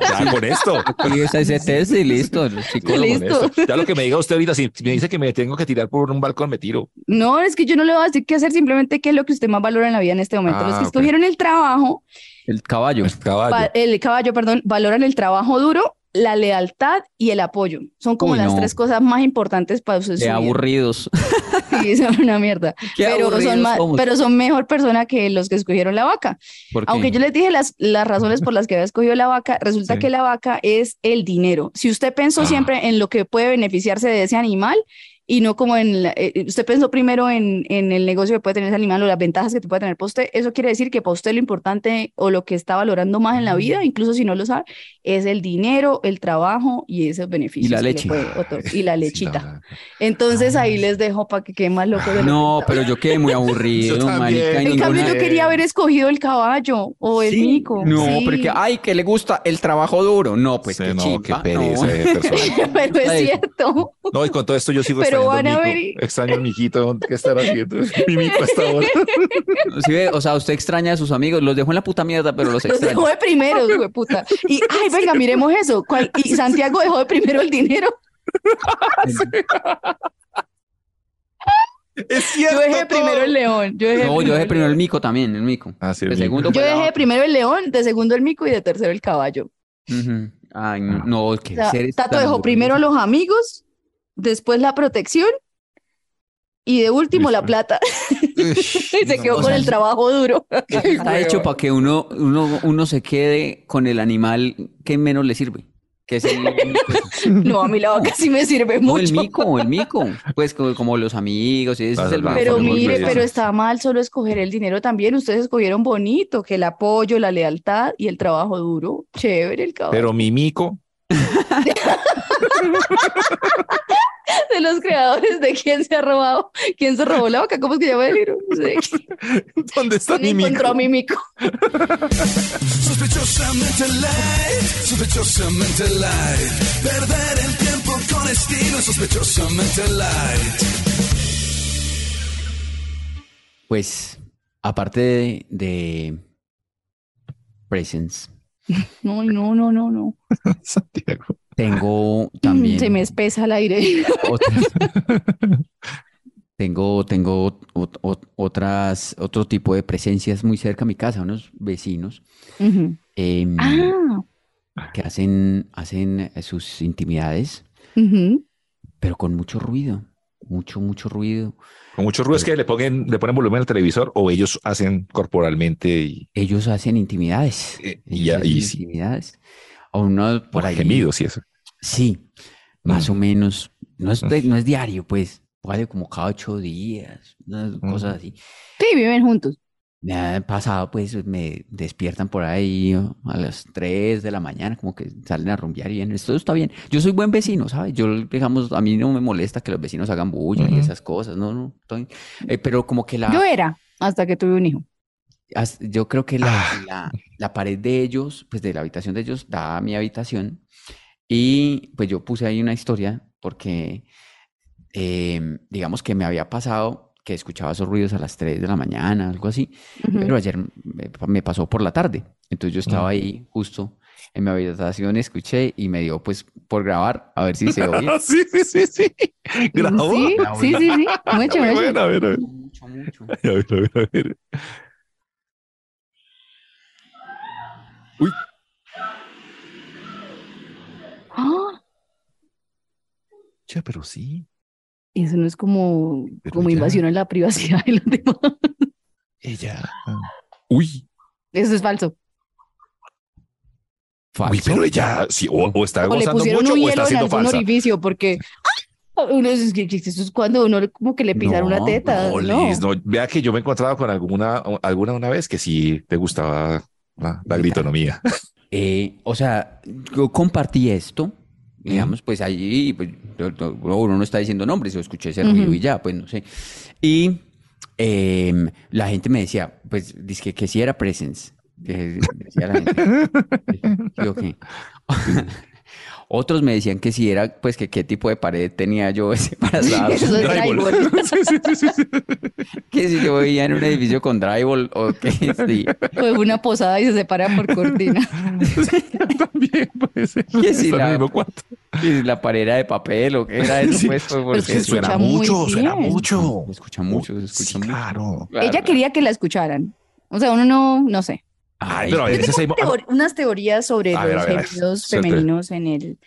Speaker 1: ya con esto.
Speaker 2: Y esa ese test y listo. el
Speaker 1: Con
Speaker 2: psicólogo.
Speaker 3: Listo.
Speaker 1: esto. Ya lo que me diga usted ahorita, si me dice que me tengo que tirar por un balcón, me tiro.
Speaker 3: No, es que yo no le voy a decir qué hacer, simplemente qué es lo que usted más valora en la vida en este momento. Los
Speaker 1: Ah,
Speaker 3: que
Speaker 1: ok.
Speaker 3: escogieron el trabajo,
Speaker 2: El caballo.
Speaker 3: Pues,
Speaker 1: Caballo.
Speaker 3: va- el caballo, perdón, valoran el trabajo duro, la lealtad y el apoyo. Son como
Speaker 2: Uy,
Speaker 3: las
Speaker 2: no.
Speaker 3: tres cosas más importantes para su su
Speaker 2: Qué
Speaker 3: vida.
Speaker 2: aburridos.
Speaker 3: Sí, son una mierda.
Speaker 2: Qué
Speaker 3: pues, pero,
Speaker 2: aburridos
Speaker 3: son ma-
Speaker 2: somos.
Speaker 3: pero son mejor persona que los que escogieron la vaca.
Speaker 2: ¿Por qué?
Speaker 3: Aunque yo les dije las, las razones por las que había escogido la vaca, resulta
Speaker 1: Sí.
Speaker 3: que la vaca es el dinero. Si usted pensó
Speaker 1: Ah.
Speaker 3: siempre en lo que puede beneficiarse de ese animal y no como en... la- eh, eh, usted pensó primero en, en el negocio que puede tener ese animal o las ventajas que puede tener para usted, eso quiere decir que para usted lo importante o lo que está valorando más en la vida, incluso si no lo sabe, es el dinero, el trabajo y esos beneficios. que le
Speaker 2: leche.
Speaker 3: puede otor- y la
Speaker 1: Sí,
Speaker 3: lechita.
Speaker 1: la-
Speaker 3: Entonces ahí les dejo para que queden más locos de lo que
Speaker 2: No,
Speaker 3: estaba.
Speaker 2: pero yo quedé muy aburrido,
Speaker 1: Yo también.
Speaker 2: marica. y
Speaker 1: En
Speaker 3: En cambio,
Speaker 2: ninguna-
Speaker 3: yo quería haber escogido el caballo o el
Speaker 2: Sí,
Speaker 3: mico.
Speaker 2: No,
Speaker 3: sí.
Speaker 2: porque, ay, que le gusta el trabajo duro. No, pues
Speaker 1: Sí,
Speaker 2: qué
Speaker 1: no, qué
Speaker 2: chimba,
Speaker 1: pereza
Speaker 2: no.
Speaker 1: de persona.
Speaker 3: Pero es
Speaker 2: Ay.
Speaker 3: cierto.
Speaker 1: No, y con todo esto yo sigo
Speaker 3: Pero van
Speaker 1: extrañando
Speaker 3: a
Speaker 1: al
Speaker 3: ver
Speaker 1: mico.
Speaker 3: y-
Speaker 1: Extraño al mijito, ¿qué estará haciendo? Mi mico hasta ahora.
Speaker 2: Sí, ve, O sea, usted extraña a sus amigos. Los dejó en la puta mierda, pero los
Speaker 3: Los
Speaker 2: extraña.
Speaker 3: dejó de primero, güey, puta. Y, ay, venga, miremos eso. ¿Cuál- Y Santiago dejó de primero el dinero.
Speaker 1: Es
Speaker 3: Yo
Speaker 1: cierto.
Speaker 3: dejé de primero el león. Yo dejé de
Speaker 2: No, yo dejé
Speaker 3: el
Speaker 2: primero el
Speaker 3: león.
Speaker 2: mico también, el mico.
Speaker 1: Ah, sí, el
Speaker 2: De
Speaker 1: mico.
Speaker 2: segundo
Speaker 3: Yo
Speaker 2: fue la
Speaker 3: dejé de
Speaker 2: vaca.
Speaker 3: primero el león, de segundo el mico y de tercero el caballo.
Speaker 2: Ujú.
Speaker 1: Ah.
Speaker 2: Ay, no, no, qué
Speaker 3: O sea,
Speaker 2: seres
Speaker 3: Tato
Speaker 2: tan
Speaker 3: dejó
Speaker 2: aburridos.
Speaker 3: primero a los amigos, después la protección y de último la
Speaker 1: Listo.
Speaker 3: plata. Y se quedó
Speaker 2: o
Speaker 3: con
Speaker 2: sea,
Speaker 3: el
Speaker 2: sí.
Speaker 3: trabajo duro.
Speaker 2: Está hecho para que uno, uno, uno se quede con el animal que menos le sirve. Que es el,
Speaker 3: No, a mí la vaca sí me sirve
Speaker 2: no,
Speaker 3: mucho.
Speaker 2: el mico, el mico. Pues co- como, los amigos, y ese
Speaker 1: Claro,
Speaker 2: es el
Speaker 1: claro.
Speaker 2: valor
Speaker 3: Pero
Speaker 1: Por
Speaker 2: que uno
Speaker 3: mire,
Speaker 2: le
Speaker 1: ejemplo,
Speaker 3: pero
Speaker 1: digamos.
Speaker 3: está mal solo escoger el dinero también. Ustedes escogieron bonito, que el apoyo, la lealtad y el trabajo duro. Chévere el caballo.
Speaker 1: Pero mi mico,
Speaker 3: De los creadores de quién se ha robado, quién se robó la vaca, ¿cómo es que llama el libro? No sé.
Speaker 1: ¿dónde está
Speaker 3: ¿Quién
Speaker 1: mi
Speaker 3: encontró a mi
Speaker 1: mico?
Speaker 3: mico?
Speaker 4: Sospechosamente light, sospechosamente light. Perder el tiempo con estilo, sospechosamente light.
Speaker 2: Pues, aparte de, de Presence,
Speaker 3: No, no, no, no, no.
Speaker 1: Santiago.
Speaker 2: tengo también
Speaker 3: Mm, Se me espesa el aire.
Speaker 2: otras. Tengo, tengo ot- ot- otras, otro tipo de presencias muy cerca a mi casa, unos vecinos
Speaker 3: Ujú.
Speaker 2: em,
Speaker 3: Ah,
Speaker 1: mm.
Speaker 2: que hacen, hacen sus intimidades,
Speaker 3: ujú.
Speaker 2: pero con mucho ruido, mucho, mucho ruido.
Speaker 1: Con mucho ruido es que le ponen, le ponen volumen al televisor o ellos hacen corporalmente y
Speaker 2: Ellos hacen intimidades.
Speaker 1: Eh,
Speaker 2: ellos
Speaker 1: y ya-
Speaker 2: hacen
Speaker 1: y sí.
Speaker 2: intimidades. A uno por
Speaker 1: por
Speaker 2: ahí.
Speaker 1: gemidos y eso.
Speaker 2: Sí, más
Speaker 1: Mm.
Speaker 2: o menos. No es, de- no es diario, pues. Vale, como cada ocho días, unas
Speaker 1: Mm.
Speaker 2: cosas así.
Speaker 3: Sí, viven juntos.
Speaker 2: Me han pasado, pues, me despiertan por ahí o, a las 3 de la mañana, como que salen a rumbear y bien, esto está bien. Yo soy buen vecino, ¿sabes? Yo, digamos, a mí no me molesta que los vecinos hagan bulla y
Speaker 1: Ujú.
Speaker 2: esas cosas, no, no, estoy- eh, pero como que la,
Speaker 3: Yo era hasta que tuve un hijo.
Speaker 2: as- yo creo que la,
Speaker 1: Ah.
Speaker 2: la, la pared de ellos, pues de la habitación de ellos, da a mi habitación. Y pues yo puse ahí una historia porque, em, digamos que me había pasado que escuchaba esos ruidos a las 3 de la mañana, algo así.
Speaker 3: Ujú.
Speaker 2: Pero ayer me, me pasó por la tarde. Entonces yo estaba
Speaker 1: Ah.
Speaker 2: ahí justo en mi habitación, escuché y me dio pues por grabar a ver si se oye.
Speaker 1: Ah, sí, sí, sí, sí. Grabó.
Speaker 3: Sí, sí, sí, sí. Mucho,
Speaker 1: Muy
Speaker 3: mucho.
Speaker 1: bueno, a ver, a ver,
Speaker 2: Mucho, mucho.
Speaker 1: a ver, a ver, a ver.
Speaker 3: Ah,
Speaker 1: Che, pero sí.
Speaker 3: Eso no es como,
Speaker 1: Pero
Speaker 3: como
Speaker 1: ya.
Speaker 3: invasión a la privacidad de los demás.
Speaker 1: Ella. Ah. Uy.
Speaker 3: Eso es falso.
Speaker 1: Uy,
Speaker 2: Falso.
Speaker 1: pero ella sí, o, o está
Speaker 3: O le
Speaker 1: gozando
Speaker 3: pusieron
Speaker 1: mucho
Speaker 3: un
Speaker 1: o está
Speaker 3: hielo en
Speaker 1: haciendo
Speaker 3: algún
Speaker 1: falsa.
Speaker 3: orificio porque ¡ah! uno es, eso es cuando uno como que le pisaron
Speaker 2: No,
Speaker 3: una teta.
Speaker 1: No,
Speaker 3: ¿no?
Speaker 1: Liz, no. Vea que yo me he encontrado con alguna, alguna una vez que sí te gustaba la, la gritonomía.
Speaker 2: Eh, o sea, yo compartí esto, digamos, pues allí, pues, yo- yo- uno no está diciendo nombres, yo escuché ese ruido
Speaker 3: Ujú.
Speaker 2: y ya, pues no sé. Y em, la gente me decía, pues, dice que sí era presence. que decía la gente. Yo, ¿qué? Otros me decían que si era, pues, que qué tipo de pared tenía yo separada.
Speaker 3: Eso es
Speaker 1: Drywall.
Speaker 3: drywall.
Speaker 2: que si yo vivía en un edificio con drywall o que sí.
Speaker 3: Fue una posada y se separa por cortina.
Speaker 1: También puede ser.
Speaker 2: Que
Speaker 1: Está
Speaker 2: si
Speaker 1: en
Speaker 2: la-
Speaker 1: el mismo cuarto.
Speaker 2: que si la pared era de papel o que era eso,
Speaker 1: Sí,
Speaker 2: pues, pues,
Speaker 1: Pero es
Speaker 2: porque
Speaker 1: que
Speaker 3: se
Speaker 1: suena
Speaker 3: escucha muy
Speaker 1: mucho, suena
Speaker 3: bien.
Speaker 1: mucho.
Speaker 2: Se escucha mucho, se escucha
Speaker 1: Sí,
Speaker 2: mucho.
Speaker 1: claro.
Speaker 3: Ella quería que la escucharan. O sea, uno no, no sé.
Speaker 1: Ay, pero a
Speaker 3: Yo
Speaker 1: ver, ese
Speaker 3: tengo
Speaker 1: seis-
Speaker 3: teor- unas teorías sobre
Speaker 1: Ah, A ver,
Speaker 3: los
Speaker 1: a ver, a ver.
Speaker 3: gemidos
Speaker 1: Suelte.
Speaker 3: femeninos en el...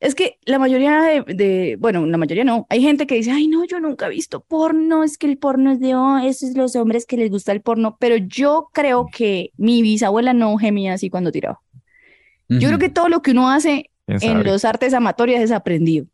Speaker 3: Es que la mayoría de, de- bueno, la mayoría no. Hay gente que dice, ay, no, yo nunca he visto porno, es que el porno es de oh, esos los hombres que les gusta el porno. Pero yo creo que mi bisabuela no gemía así cuando tiraba. Yo
Speaker 2: mm,
Speaker 3: creo que todo lo que uno hace
Speaker 1: ¿Quién
Speaker 3: en
Speaker 1: sabe?
Speaker 3: los artes amatorias es aprendido.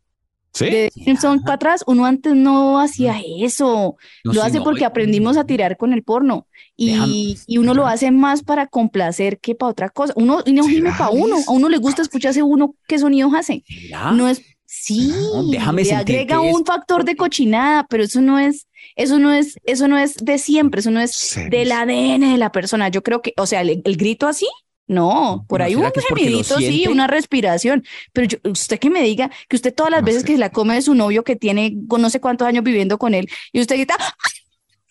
Speaker 1: Sí.
Speaker 3: De Simpson para atrás, uno antes no
Speaker 1: Mm.
Speaker 3: hacía eso.
Speaker 2: No,
Speaker 3: lo
Speaker 2: sí,
Speaker 3: hace
Speaker 2: no,
Speaker 3: porque
Speaker 2: eh,
Speaker 3: aprendimos a tirar con el porno. Y,
Speaker 2: Déjame-
Speaker 3: y uno lo
Speaker 2: déjame.
Speaker 3: hace más para complacer que para otra cosa. Uno y no gime
Speaker 1: ¿Será,
Speaker 3: para uno.
Speaker 1: Liz?
Speaker 3: A uno le gusta escucharse uno qué sonidos hace.
Speaker 2: ¿Será?
Speaker 3: No es. Sí,
Speaker 1: Mm,
Speaker 2: No, déjame
Speaker 3: le
Speaker 2: sentir
Speaker 3: agrega
Speaker 2: que es-
Speaker 3: un factor de cochinada, pero eso no es, eso no es, eso no es de siempre, eso no es
Speaker 1: Sí,
Speaker 3: del
Speaker 1: Liz.
Speaker 3: ADN de la persona. Yo creo que, o sea, el, el grito así, no, por
Speaker 2: ¿No
Speaker 3: ahí un
Speaker 2: será que es porque lo
Speaker 3: gemidito, sí,
Speaker 2: siente?
Speaker 3: una respiración. Pero yo- usted que me diga que usted todas las
Speaker 1: No
Speaker 3: veces
Speaker 1: sé.
Speaker 3: que se la come de su novio que tiene con no sé cuántos años viviendo con él y usted grita, "¡Ay!",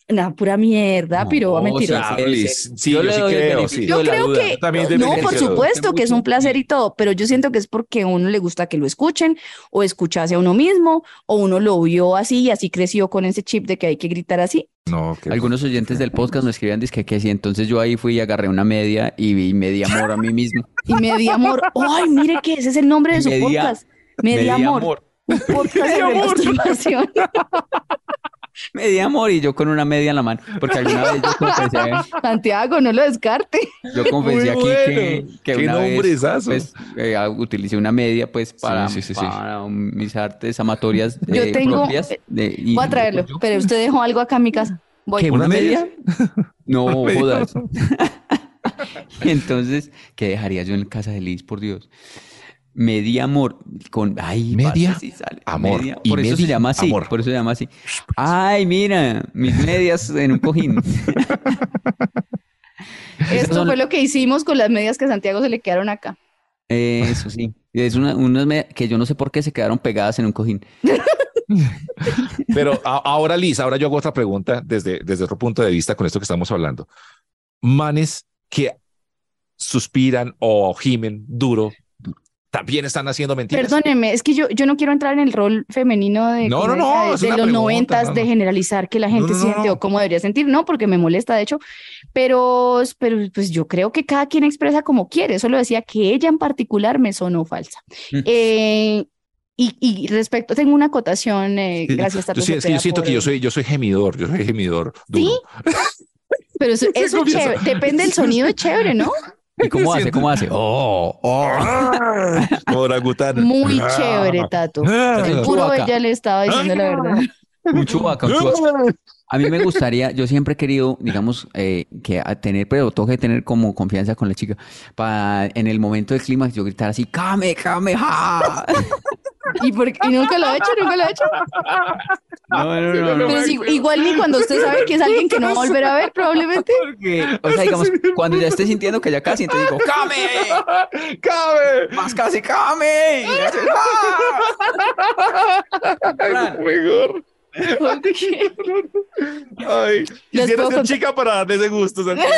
Speaker 3: una pura mierda,
Speaker 2: No,
Speaker 3: piroba
Speaker 2: o sea,
Speaker 3: mentirosa.
Speaker 2: puede
Speaker 1: Liz,
Speaker 2: ser.
Speaker 1: Ah, sí, yo sí
Speaker 2: doy el
Speaker 1: creo,
Speaker 2: beneficio
Speaker 1: sí.
Speaker 2: de
Speaker 3: Yo
Speaker 2: la
Speaker 3: creo
Speaker 2: duda.
Speaker 3: que-
Speaker 1: También te
Speaker 3: No,
Speaker 1: beneficio
Speaker 3: por
Speaker 1: de la duda.
Speaker 3: supuesto que es un placer y todo, pero yo siento que es porque a uno le gusta que lo escuchen o escucharse a uno mismo o uno lo vio así y así creció con ese chip de que hay que gritar así.
Speaker 1: No, que
Speaker 2: Algunos oyentes del podcast me escribían, dice que sí, entonces yo ahí fui y agarré una media y, vi- y me di amor a mí mismo.
Speaker 3: Y Media Amor, ay, mire que ese es el nombre de su
Speaker 2: Media-
Speaker 3: podcast. Media,
Speaker 2: di
Speaker 3: Amor, un podcast sobre
Speaker 1: Amor.
Speaker 3: masturbación.
Speaker 2: Me di amor y yo con una media en la mano, porque alguna vez yo confesé,
Speaker 3: Santiago, no lo descarte.
Speaker 2: yo confesé aquí que,
Speaker 1: bueno.
Speaker 2: que
Speaker 1: Qué
Speaker 2: una vez
Speaker 1: nombrezazo.
Speaker 2: pues, eh, utilicé una media pues para,
Speaker 1: sí, sí, sí.
Speaker 2: para mis artes amatorias
Speaker 3: Yo
Speaker 2: eh,
Speaker 3: tengo-
Speaker 2: propias. de- y-
Speaker 3: Voy a traerlo, pero usted dejó algo acá en mi casa. Voy.
Speaker 2: ¿Qué,
Speaker 1: ¿Unas
Speaker 2: una media? No,
Speaker 1: Media.
Speaker 2: jodas. Entonces, ¿qué dejaría yo en casa de Liz, por Dios? Media amor con ay, parce,
Speaker 1: Media
Speaker 2: sí sale.
Speaker 1: amor
Speaker 2: Media-
Speaker 1: y
Speaker 2: por eso se
Speaker 1: media
Speaker 2: llama así,
Speaker 1: amor.
Speaker 2: por eso se llama así. Ay, mira, mis medias en un cojín.
Speaker 3: Esto
Speaker 2: son-
Speaker 3: fue lo que hicimos con las medias que a Santiago se le quedaron acá.
Speaker 2: Eh, Eso sí. Es una, unas media- que yo no sé por qué se quedaron pegadas en un cojín.
Speaker 1: Pero a- ahora, Liz, ahora yo hago otra pregunta desde, desde otro punto de vista con esto que estamos hablando. Manes que suspiran o gimen duro, también están haciendo mentiras.
Speaker 3: Perdóneme, es que yo, yo no quiero entrar en el rol femenino de,
Speaker 1: No,
Speaker 3: como
Speaker 1: no, no,
Speaker 3: de- de,
Speaker 1: es una
Speaker 3: los
Speaker 1: pregunta,
Speaker 3: noventas,
Speaker 1: no,
Speaker 3: de
Speaker 1: no.
Speaker 3: generalizar que la
Speaker 1: No,
Speaker 3: gente
Speaker 1: no, no,
Speaker 3: siente
Speaker 1: no.
Speaker 3: o cómo debería sentir, no, porque me molesta, de hecho, pero, pero pues yo creo que cada quien expresa como quiere, solo decía que ella en particular me sonó falsa.
Speaker 2: Mm.
Speaker 3: Eh, y, y respecto, tengo una acotación, eh, gracias a
Speaker 1: Yo, sí- es que yo siento que yo soy, yo soy gemidor, yo soy gemidor. Duro.
Speaker 3: Sí, Pero eso, eso es
Speaker 1: confieso.
Speaker 3: chévere, depende del sonido, es chévere, ¿no?
Speaker 2: ¿Y cómo hace?
Speaker 1: Siento-
Speaker 2: ¿Cómo hace?
Speaker 1: Oh, oh, orangután.
Speaker 3: Muy chévere, Tato.
Speaker 1: Ah,
Speaker 3: Puro
Speaker 2: Chubaca.
Speaker 3: ella le estaba diciendo la verdad.
Speaker 2: Un chubaca, un
Speaker 1: Ah.
Speaker 2: chubaca. A mí me gustaría, yo siempre he querido, digamos, eh, que a tener, pero tengo que tener como confianza con la chica, para en el momento del clímax yo gritar así, ¡Kame, kame, ja!
Speaker 3: ¿Y, por qué? ¿Y nunca lo ha hecho? ¿Nunca lo ha hecho?
Speaker 2: No, no, no, no.
Speaker 3: Pero si- igual ni cuando usted sabe que es alguien que no va a volver a ver, probablemente.
Speaker 2: Porque, o sea, digamos, cuando ya esté sintiendo que ya casi, entonces digo, ¡Kame!
Speaker 1: ¡Cabe!
Speaker 2: ¡Más casi, Kame! Y hace, "Ah". Fran,
Speaker 1: Mejor.
Speaker 3: Porque-
Speaker 1: Ay, quisiera
Speaker 3: puedo
Speaker 1: ser
Speaker 3: contar-
Speaker 1: chica para darle ese gusto. Santiago.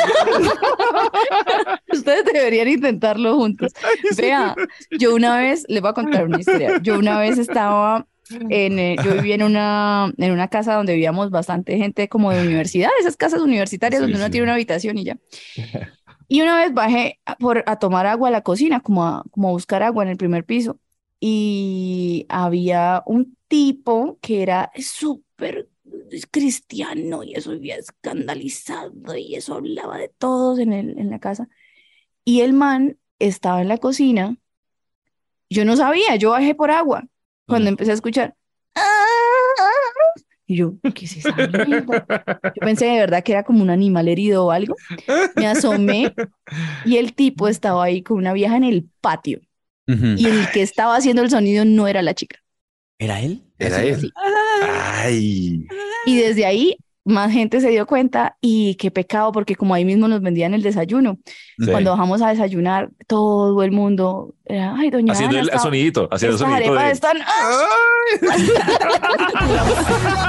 Speaker 3: Ustedes deberían intentarlo juntos. Vea, yo una vez, les voy a contar una historia. Yo una vez estaba en, eh, yo vivía en una, en una casa donde vivíamos bastante gente como de universidad, esas casas universitarias
Speaker 1: Sí,
Speaker 3: donde uno
Speaker 1: sí.
Speaker 3: tiene una habitación y ya. Y una vez bajé a, por, a tomar agua a la cocina, como a, como a buscar agua en el primer piso. Y había un tipo que era súper cristiano y eso vivía escandalizado y eso hablaba de todos en, el, en la casa. Y el man estaba en la cocina. Yo no sabía, yo bajé por agua cuando empecé a escuchar. "Ah". Y yo, ¿qué es esa
Speaker 1: Ah.
Speaker 3: mierda? Yo pensé de verdad que era como un animal herido o algo. Me asomé y el tipo estaba ahí con una vieja en el patio.
Speaker 2: Ujú.
Speaker 3: Y el que estaba haciendo el sonido no era la chica.
Speaker 2: ¿Era él?
Speaker 1: Era él. Ay.
Speaker 3: Y desde ahí más gente se dio cuenta y qué pecado, porque como ahí mismo nos vendían el desayuno.
Speaker 1: Sí.
Speaker 3: Cuando bajamos a desayunar, todo el mundo era, ay, doña
Speaker 1: Haciendo
Speaker 3: Ana,
Speaker 1: el
Speaker 3: esta-
Speaker 1: sonidito, haciendo el
Speaker 3: estas
Speaker 1: sonidito
Speaker 3: arepas
Speaker 1: de...
Speaker 3: están... ¡ah!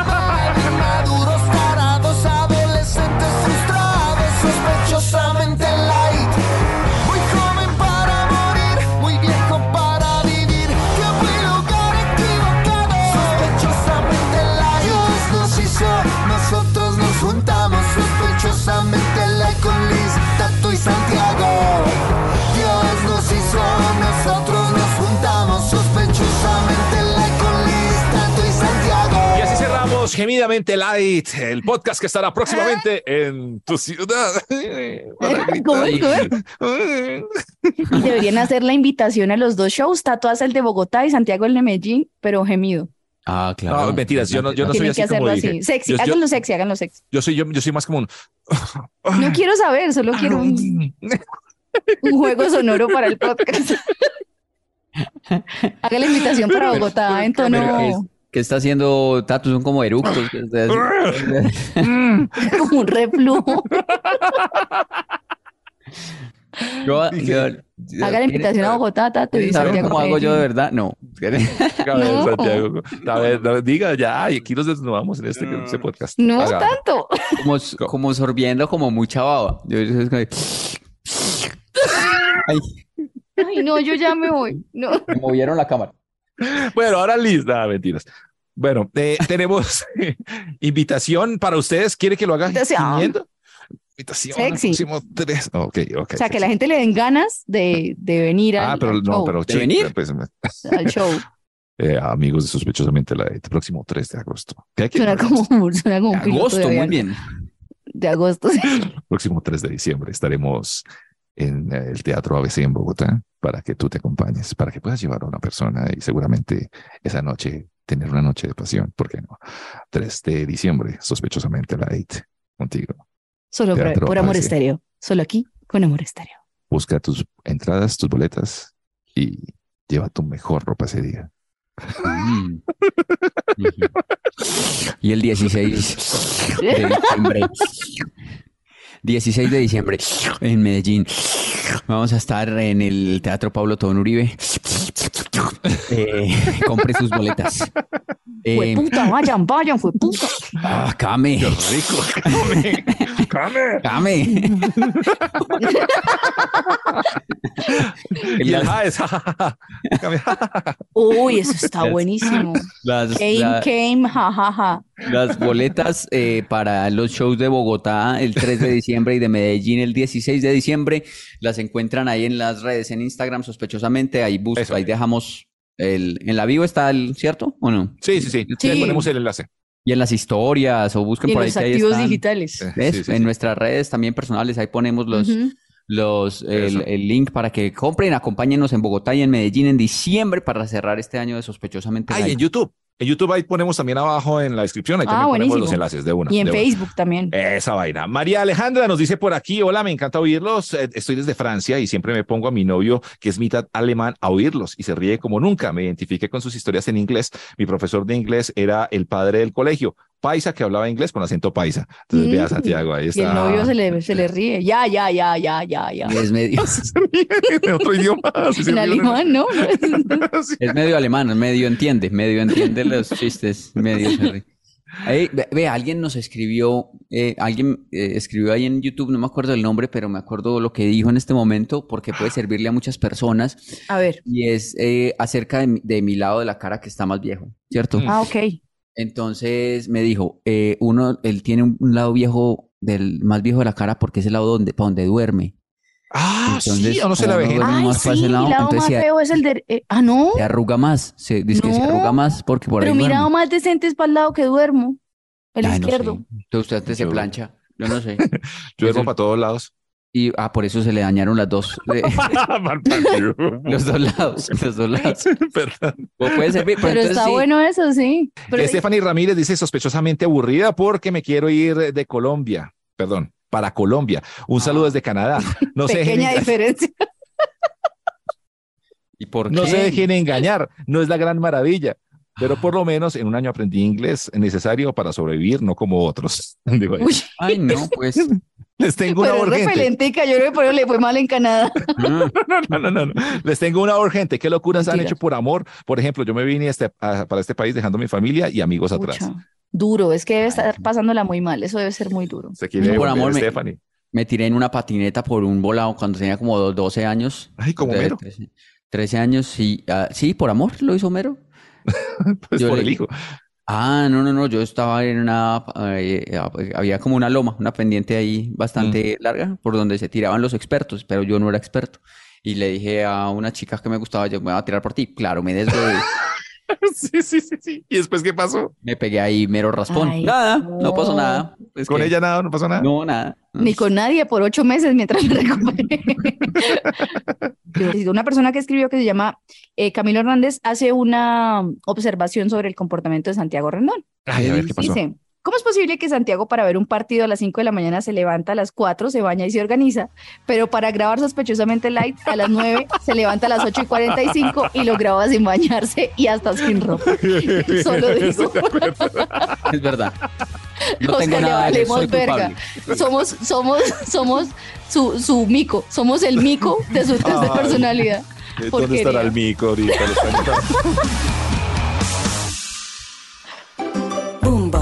Speaker 4: Maduros tarados, adolescentes frustrados, sospechosamente light. Muy joven para morir, muy viejo para vivir. Tiempo y lugar equivocado, sospechosamente light. Dios nos hizo, nosotros nos juntamos, sospechosamente light con Liz, Tato y Santiago. Dios nos hizo, nosotros nos juntamos, sospechosamente light con Liz, Tato y Santiago.
Speaker 1: Y así cerramos gemidamente Light, el podcast que estará próximamente en tu ciudad.
Speaker 3: ¿Cómo es? ¿Cómo es? Deberían hacer la invitación a los dos shows, Tato hace el de Bogotá y Santiago el de Medellín, pero gemido.
Speaker 2: Ah, claro.
Speaker 1: No, mentiras, yo no, yo no soy
Speaker 3: Tienen
Speaker 1: así
Speaker 3: que hacerlo
Speaker 1: como dije.
Speaker 3: así. Sexy,
Speaker 1: Yo- yo-
Speaker 3: háganlo sexy, háganlo sexy.
Speaker 1: Yo soy, yo, yo soy más como un...
Speaker 3: No quiero saber, solo
Speaker 1: Ah,
Speaker 3: quiero un, un juego sonoro para el podcast. Haga la invitación para Bogotá en
Speaker 2: Pero, ¿qué, es-
Speaker 3: tono
Speaker 2: qué está haciendo Tatu? Son como eructos. que está haciendo.
Speaker 3: como un reflujo.
Speaker 2: Yo- yo-
Speaker 3: Haga la invitación a Bogotá, Tato. y
Speaker 2: ¿Saben
Speaker 3: Santiago
Speaker 2: cómo hago yo de
Speaker 3: Medellín.
Speaker 2: verdad? No.
Speaker 1: A ver,
Speaker 3: No. Oh.
Speaker 1: Santiago, a ver, a ver, diga ya, y aquí nos desnudamos en este, en este podcast.
Speaker 3: No
Speaker 1: Haga.
Speaker 3: tanto.
Speaker 2: Como, como sorbiendo como mucha baba. Yo, yo- es como- Ay,
Speaker 3: Ay, no, yo ya me voy. No.
Speaker 2: me movieron la cámara.
Speaker 1: Bueno, ahora Liz, nada, mentiras. Bueno, eh, tenemos invitación para ustedes. ¿Quiere que lo haga?
Speaker 3: Invitación.
Speaker 1: gimiendo? Invitación. al
Speaker 3: Sexy.
Speaker 1: próximo tres. Ok, ok.
Speaker 3: O sea, que la gente le den ganas de, de venir
Speaker 1: Ah,
Speaker 3: al,
Speaker 1: pero
Speaker 3: al
Speaker 1: no,
Speaker 3: show,
Speaker 1: pero
Speaker 2: ¿De
Speaker 1: sí,
Speaker 2: venir?
Speaker 1: pues,
Speaker 3: al show.
Speaker 1: eh, amigos de sospechosamente la el próximo 3 de agosto. ¿Qué hay que
Speaker 3: Suena como, suena como un piloto de
Speaker 2: Agosto, muy
Speaker 3: avión.
Speaker 2: bien.
Speaker 3: De agosto. sí.
Speaker 1: próximo 3 de diciembre estaremos en eh, el Teatro ABC en Bogotá para que tú te acompañes, para que puedas llevar a una persona y seguramente esa noche tener una noche de pasión, ¿por qué no? 3 de diciembre, sospechosamente la 8 contigo.
Speaker 3: Solo por-
Speaker 1: Teatro,
Speaker 3: por amor
Speaker 1: ah, sí.
Speaker 3: estéreo. Solo aquí con amor estéreo.
Speaker 1: Busca tus entradas, tus boletas y lleva tu mejor ropa ese día.
Speaker 2: Mm. Ujú. Y el 16 de diciembre. 16 de diciembre en Medellín. Vamos a estar en el Teatro Pablo Tobón Uribe. Eh, compre sus boletas.
Speaker 3: Fue
Speaker 2: Eh,
Speaker 3: puta, vayan, vayan, fue puta.
Speaker 2: ah, Came, Came.
Speaker 1: Y el
Speaker 2: Las-
Speaker 1: Jaez,
Speaker 3: Uy, eso está buenísimo.
Speaker 2: las-
Speaker 3: Came,
Speaker 2: la-
Speaker 3: came, jajaja.
Speaker 2: Las boletas eh, para los shows de Bogotá el 3 de diciembre y de Medellín el 16 de diciembre las encuentran ahí en las redes, en Instagram sospechosamente, ahí busca,
Speaker 1: Eso.
Speaker 2: ahí dejamos el... En la vivo está el, ¿cierto? ¿O no?
Speaker 1: Sí, sí, sí.
Speaker 3: Sí.
Speaker 1: Le ponemos el enlace.
Speaker 2: Y en las historias o busquen
Speaker 3: Y en
Speaker 2: por ahí
Speaker 3: los
Speaker 2: que ahí
Speaker 3: activos
Speaker 2: están.
Speaker 3: digitales.
Speaker 1: Eh,
Speaker 2: ¿Ves?
Speaker 1: sí, sí,
Speaker 2: en
Speaker 1: sí.
Speaker 2: nuestras redes también personales, ahí ponemos los,
Speaker 3: Ujú.
Speaker 2: los, el,
Speaker 1: Eso.
Speaker 2: el link para que compren, acompáñenos en Bogotá y en Medellín en diciembre para cerrar este año de sospechosamente.
Speaker 1: Ay,
Speaker 2: Live.
Speaker 1: en YouTube. En YouTube ahí ponemos también abajo en la descripción, ahí
Speaker 3: Ah,
Speaker 1: también ponemos los
Speaker 3: buenísimo.
Speaker 1: enlaces de una.
Speaker 3: Y en
Speaker 1: de una.
Speaker 3: Facebook también.
Speaker 1: Esa vaina. María Alejandra nos dice por aquí, hola, me encanta oírlos. Eh, Estoy desde Francia y siempre me pongo a mi novio, que es mitad alemán, a oírlos y se ríe como nunca. Me identifiqué con sus historias en inglés. Mi profesor de inglés era el padre del colegio, paisa que hablaba inglés con acento paisa. Entonces,
Speaker 3: Mm.
Speaker 1: vea Santiago, ahí
Speaker 3: Y
Speaker 1: está.
Speaker 3: el novio se le, se le ríe. Ya, ya, ya, ya, ya, ya.
Speaker 2: Es medio,
Speaker 1: en otro idioma. así se
Speaker 3: En
Speaker 1: ríe. Ah,
Speaker 3: alemán, ¿no?
Speaker 1: Sí.
Speaker 2: Es medio alemán, medio entiende, medio entiende los chistes, medio se ríe. Ahí, ve, ve, alguien nos escribió, eh, alguien eh, escribió ahí en YouTube, no me acuerdo el nombre, pero me acuerdo lo que dijo en este momento porque puede servirle a muchas personas
Speaker 3: A ver.
Speaker 2: y es eh, acerca de mi, de mi lado de la cara que está más viejo, ¿cierto?
Speaker 1: Mm.
Speaker 3: Ah, ok.
Speaker 2: Entonces me dijo, eh, uno, él tiene un, un lado viejo, del más viejo de la cara porque es el lado donde, para donde duerme.
Speaker 1: Ah, sí,
Speaker 2: Entonces,
Speaker 1: o no se la
Speaker 2: como
Speaker 1: ve.
Speaker 2: no duerme
Speaker 3: Ay,
Speaker 2: más
Speaker 3: sí,
Speaker 2: para ese
Speaker 3: el
Speaker 2: lado,
Speaker 3: lado
Speaker 2: entonces
Speaker 3: más
Speaker 2: se-
Speaker 3: feo es el de... eh, ah, no.
Speaker 2: Se arruga más, se, dice que se
Speaker 3: No.
Speaker 2: arruga más porque por ahí
Speaker 3: Pero mi
Speaker 2: duerme.
Speaker 3: lado más decente es para el lado que duermo. El
Speaker 2: Ay, no sé.
Speaker 3: izquierdo.
Speaker 2: Entonces usted antes se
Speaker 1: Yo-
Speaker 2: plancha. Yo no sé.
Speaker 1: Yo duermo
Speaker 2: Eso-
Speaker 1: para todos lados.
Speaker 2: Y, ah, por eso se le dañaron las dos, eh,
Speaker 1: Mal partido.
Speaker 2: los dos lados, los dos lados.
Speaker 1: Perdón.
Speaker 2: O puede servir, pero,
Speaker 3: Pero
Speaker 2: entonces
Speaker 3: está
Speaker 2: sí.
Speaker 3: bueno eso, sí. Pero
Speaker 1: Stephanie Ramírez dice sospechosamente aburrida porque me quiero ir de Colombia. Perdón, para Colombia. Un saludo desde Canadá. No sé,
Speaker 3: Ah. pequeña diferencia.
Speaker 2: ¿Y por
Speaker 1: No
Speaker 2: qué?
Speaker 1: se dejen engañar, no es la gran maravilla. Pero
Speaker 3: Ah.
Speaker 1: por lo menos en un año aprendí inglés necesario para sobrevivir, no como otros. Digo,
Speaker 3: Uy,
Speaker 2: Ay, no, pues.
Speaker 1: les tengo una
Speaker 3: pero es
Speaker 1: urgente.
Speaker 3: repelentica, yo creo que por eso le fue mal en Canadá.
Speaker 2: Ah,
Speaker 1: No, no, no, no. Les tengo una urgente. ¿Qué locuras han
Speaker 3: Mentiras.
Speaker 1: hecho por amor? Por ejemplo, yo me vine este- a- para este país dejando mi familia y amigos atrás.
Speaker 3: Pucha, duro, es que debe estar pasándola muy mal, eso debe ser muy duro.
Speaker 1: Se quiere
Speaker 2: Por
Speaker 1: por
Speaker 2: amor
Speaker 1: amor,
Speaker 2: me-
Speaker 1: Stephanie.
Speaker 2: me tiré en una patineta por un volado cuando tenía como do- 12 años.
Speaker 1: Ay, como
Speaker 2: de-
Speaker 1: mero,
Speaker 2: 13, 13 años, sí, ah, sí, por amor lo hizo Mero.
Speaker 1: pues,
Speaker 2: yo
Speaker 1: por
Speaker 2: le-
Speaker 1: el hijo.
Speaker 2: Ah, no, no, no, yo estaba en una, eh, había como una loma, una pendiente ahí
Speaker 3: Mm.
Speaker 2: bastante larga, por donde se tiraban los expertos, pero yo no era experto. Y le dije a una chica que me gustaba, yo me voy a tirar por ti. Claro, me desbordé,
Speaker 1: Sí, sí, sí, sí. ¿Y después qué pasó?
Speaker 2: me pegué ahí mero raspón.
Speaker 3: Ay,
Speaker 2: Nada, no pasó
Speaker 3: no.
Speaker 2: nada. Es
Speaker 1: Con
Speaker 2: que-
Speaker 1: ella nada, no pasó nada.
Speaker 2: No, nada.
Speaker 3: Ni con nadie por ocho meses mientras me recuperé. Una persona que escribió que se llama eh, Camilo Hernández hace una observación sobre el comportamiento de Santiago Rendón.
Speaker 1: Ay, a ver qué pasó.
Speaker 3: Dice, ¿cómo es posible que Santiago para ver un partido a las 5 de la mañana se levanta a las 4, se baña y se organiza, pero para grabar sospechosamente light a las 9 se levanta a las 8 y 45 y lo graba sin bañarse y hasta sin ropa? Solo digo,
Speaker 2: Es verdad. No
Speaker 3: O
Speaker 2: tengo
Speaker 3: sea, le
Speaker 2: nada de eso, soy
Speaker 3: valemos verga.
Speaker 2: culpable.
Speaker 3: somos, somos, somos su, su mico, somos el mico de su test de
Speaker 1: Ay.
Speaker 3: personalidad.
Speaker 1: ¿Dónde
Speaker 3: Porquería.
Speaker 1: estará el mico ahorita? Lo están-
Speaker 5: Boom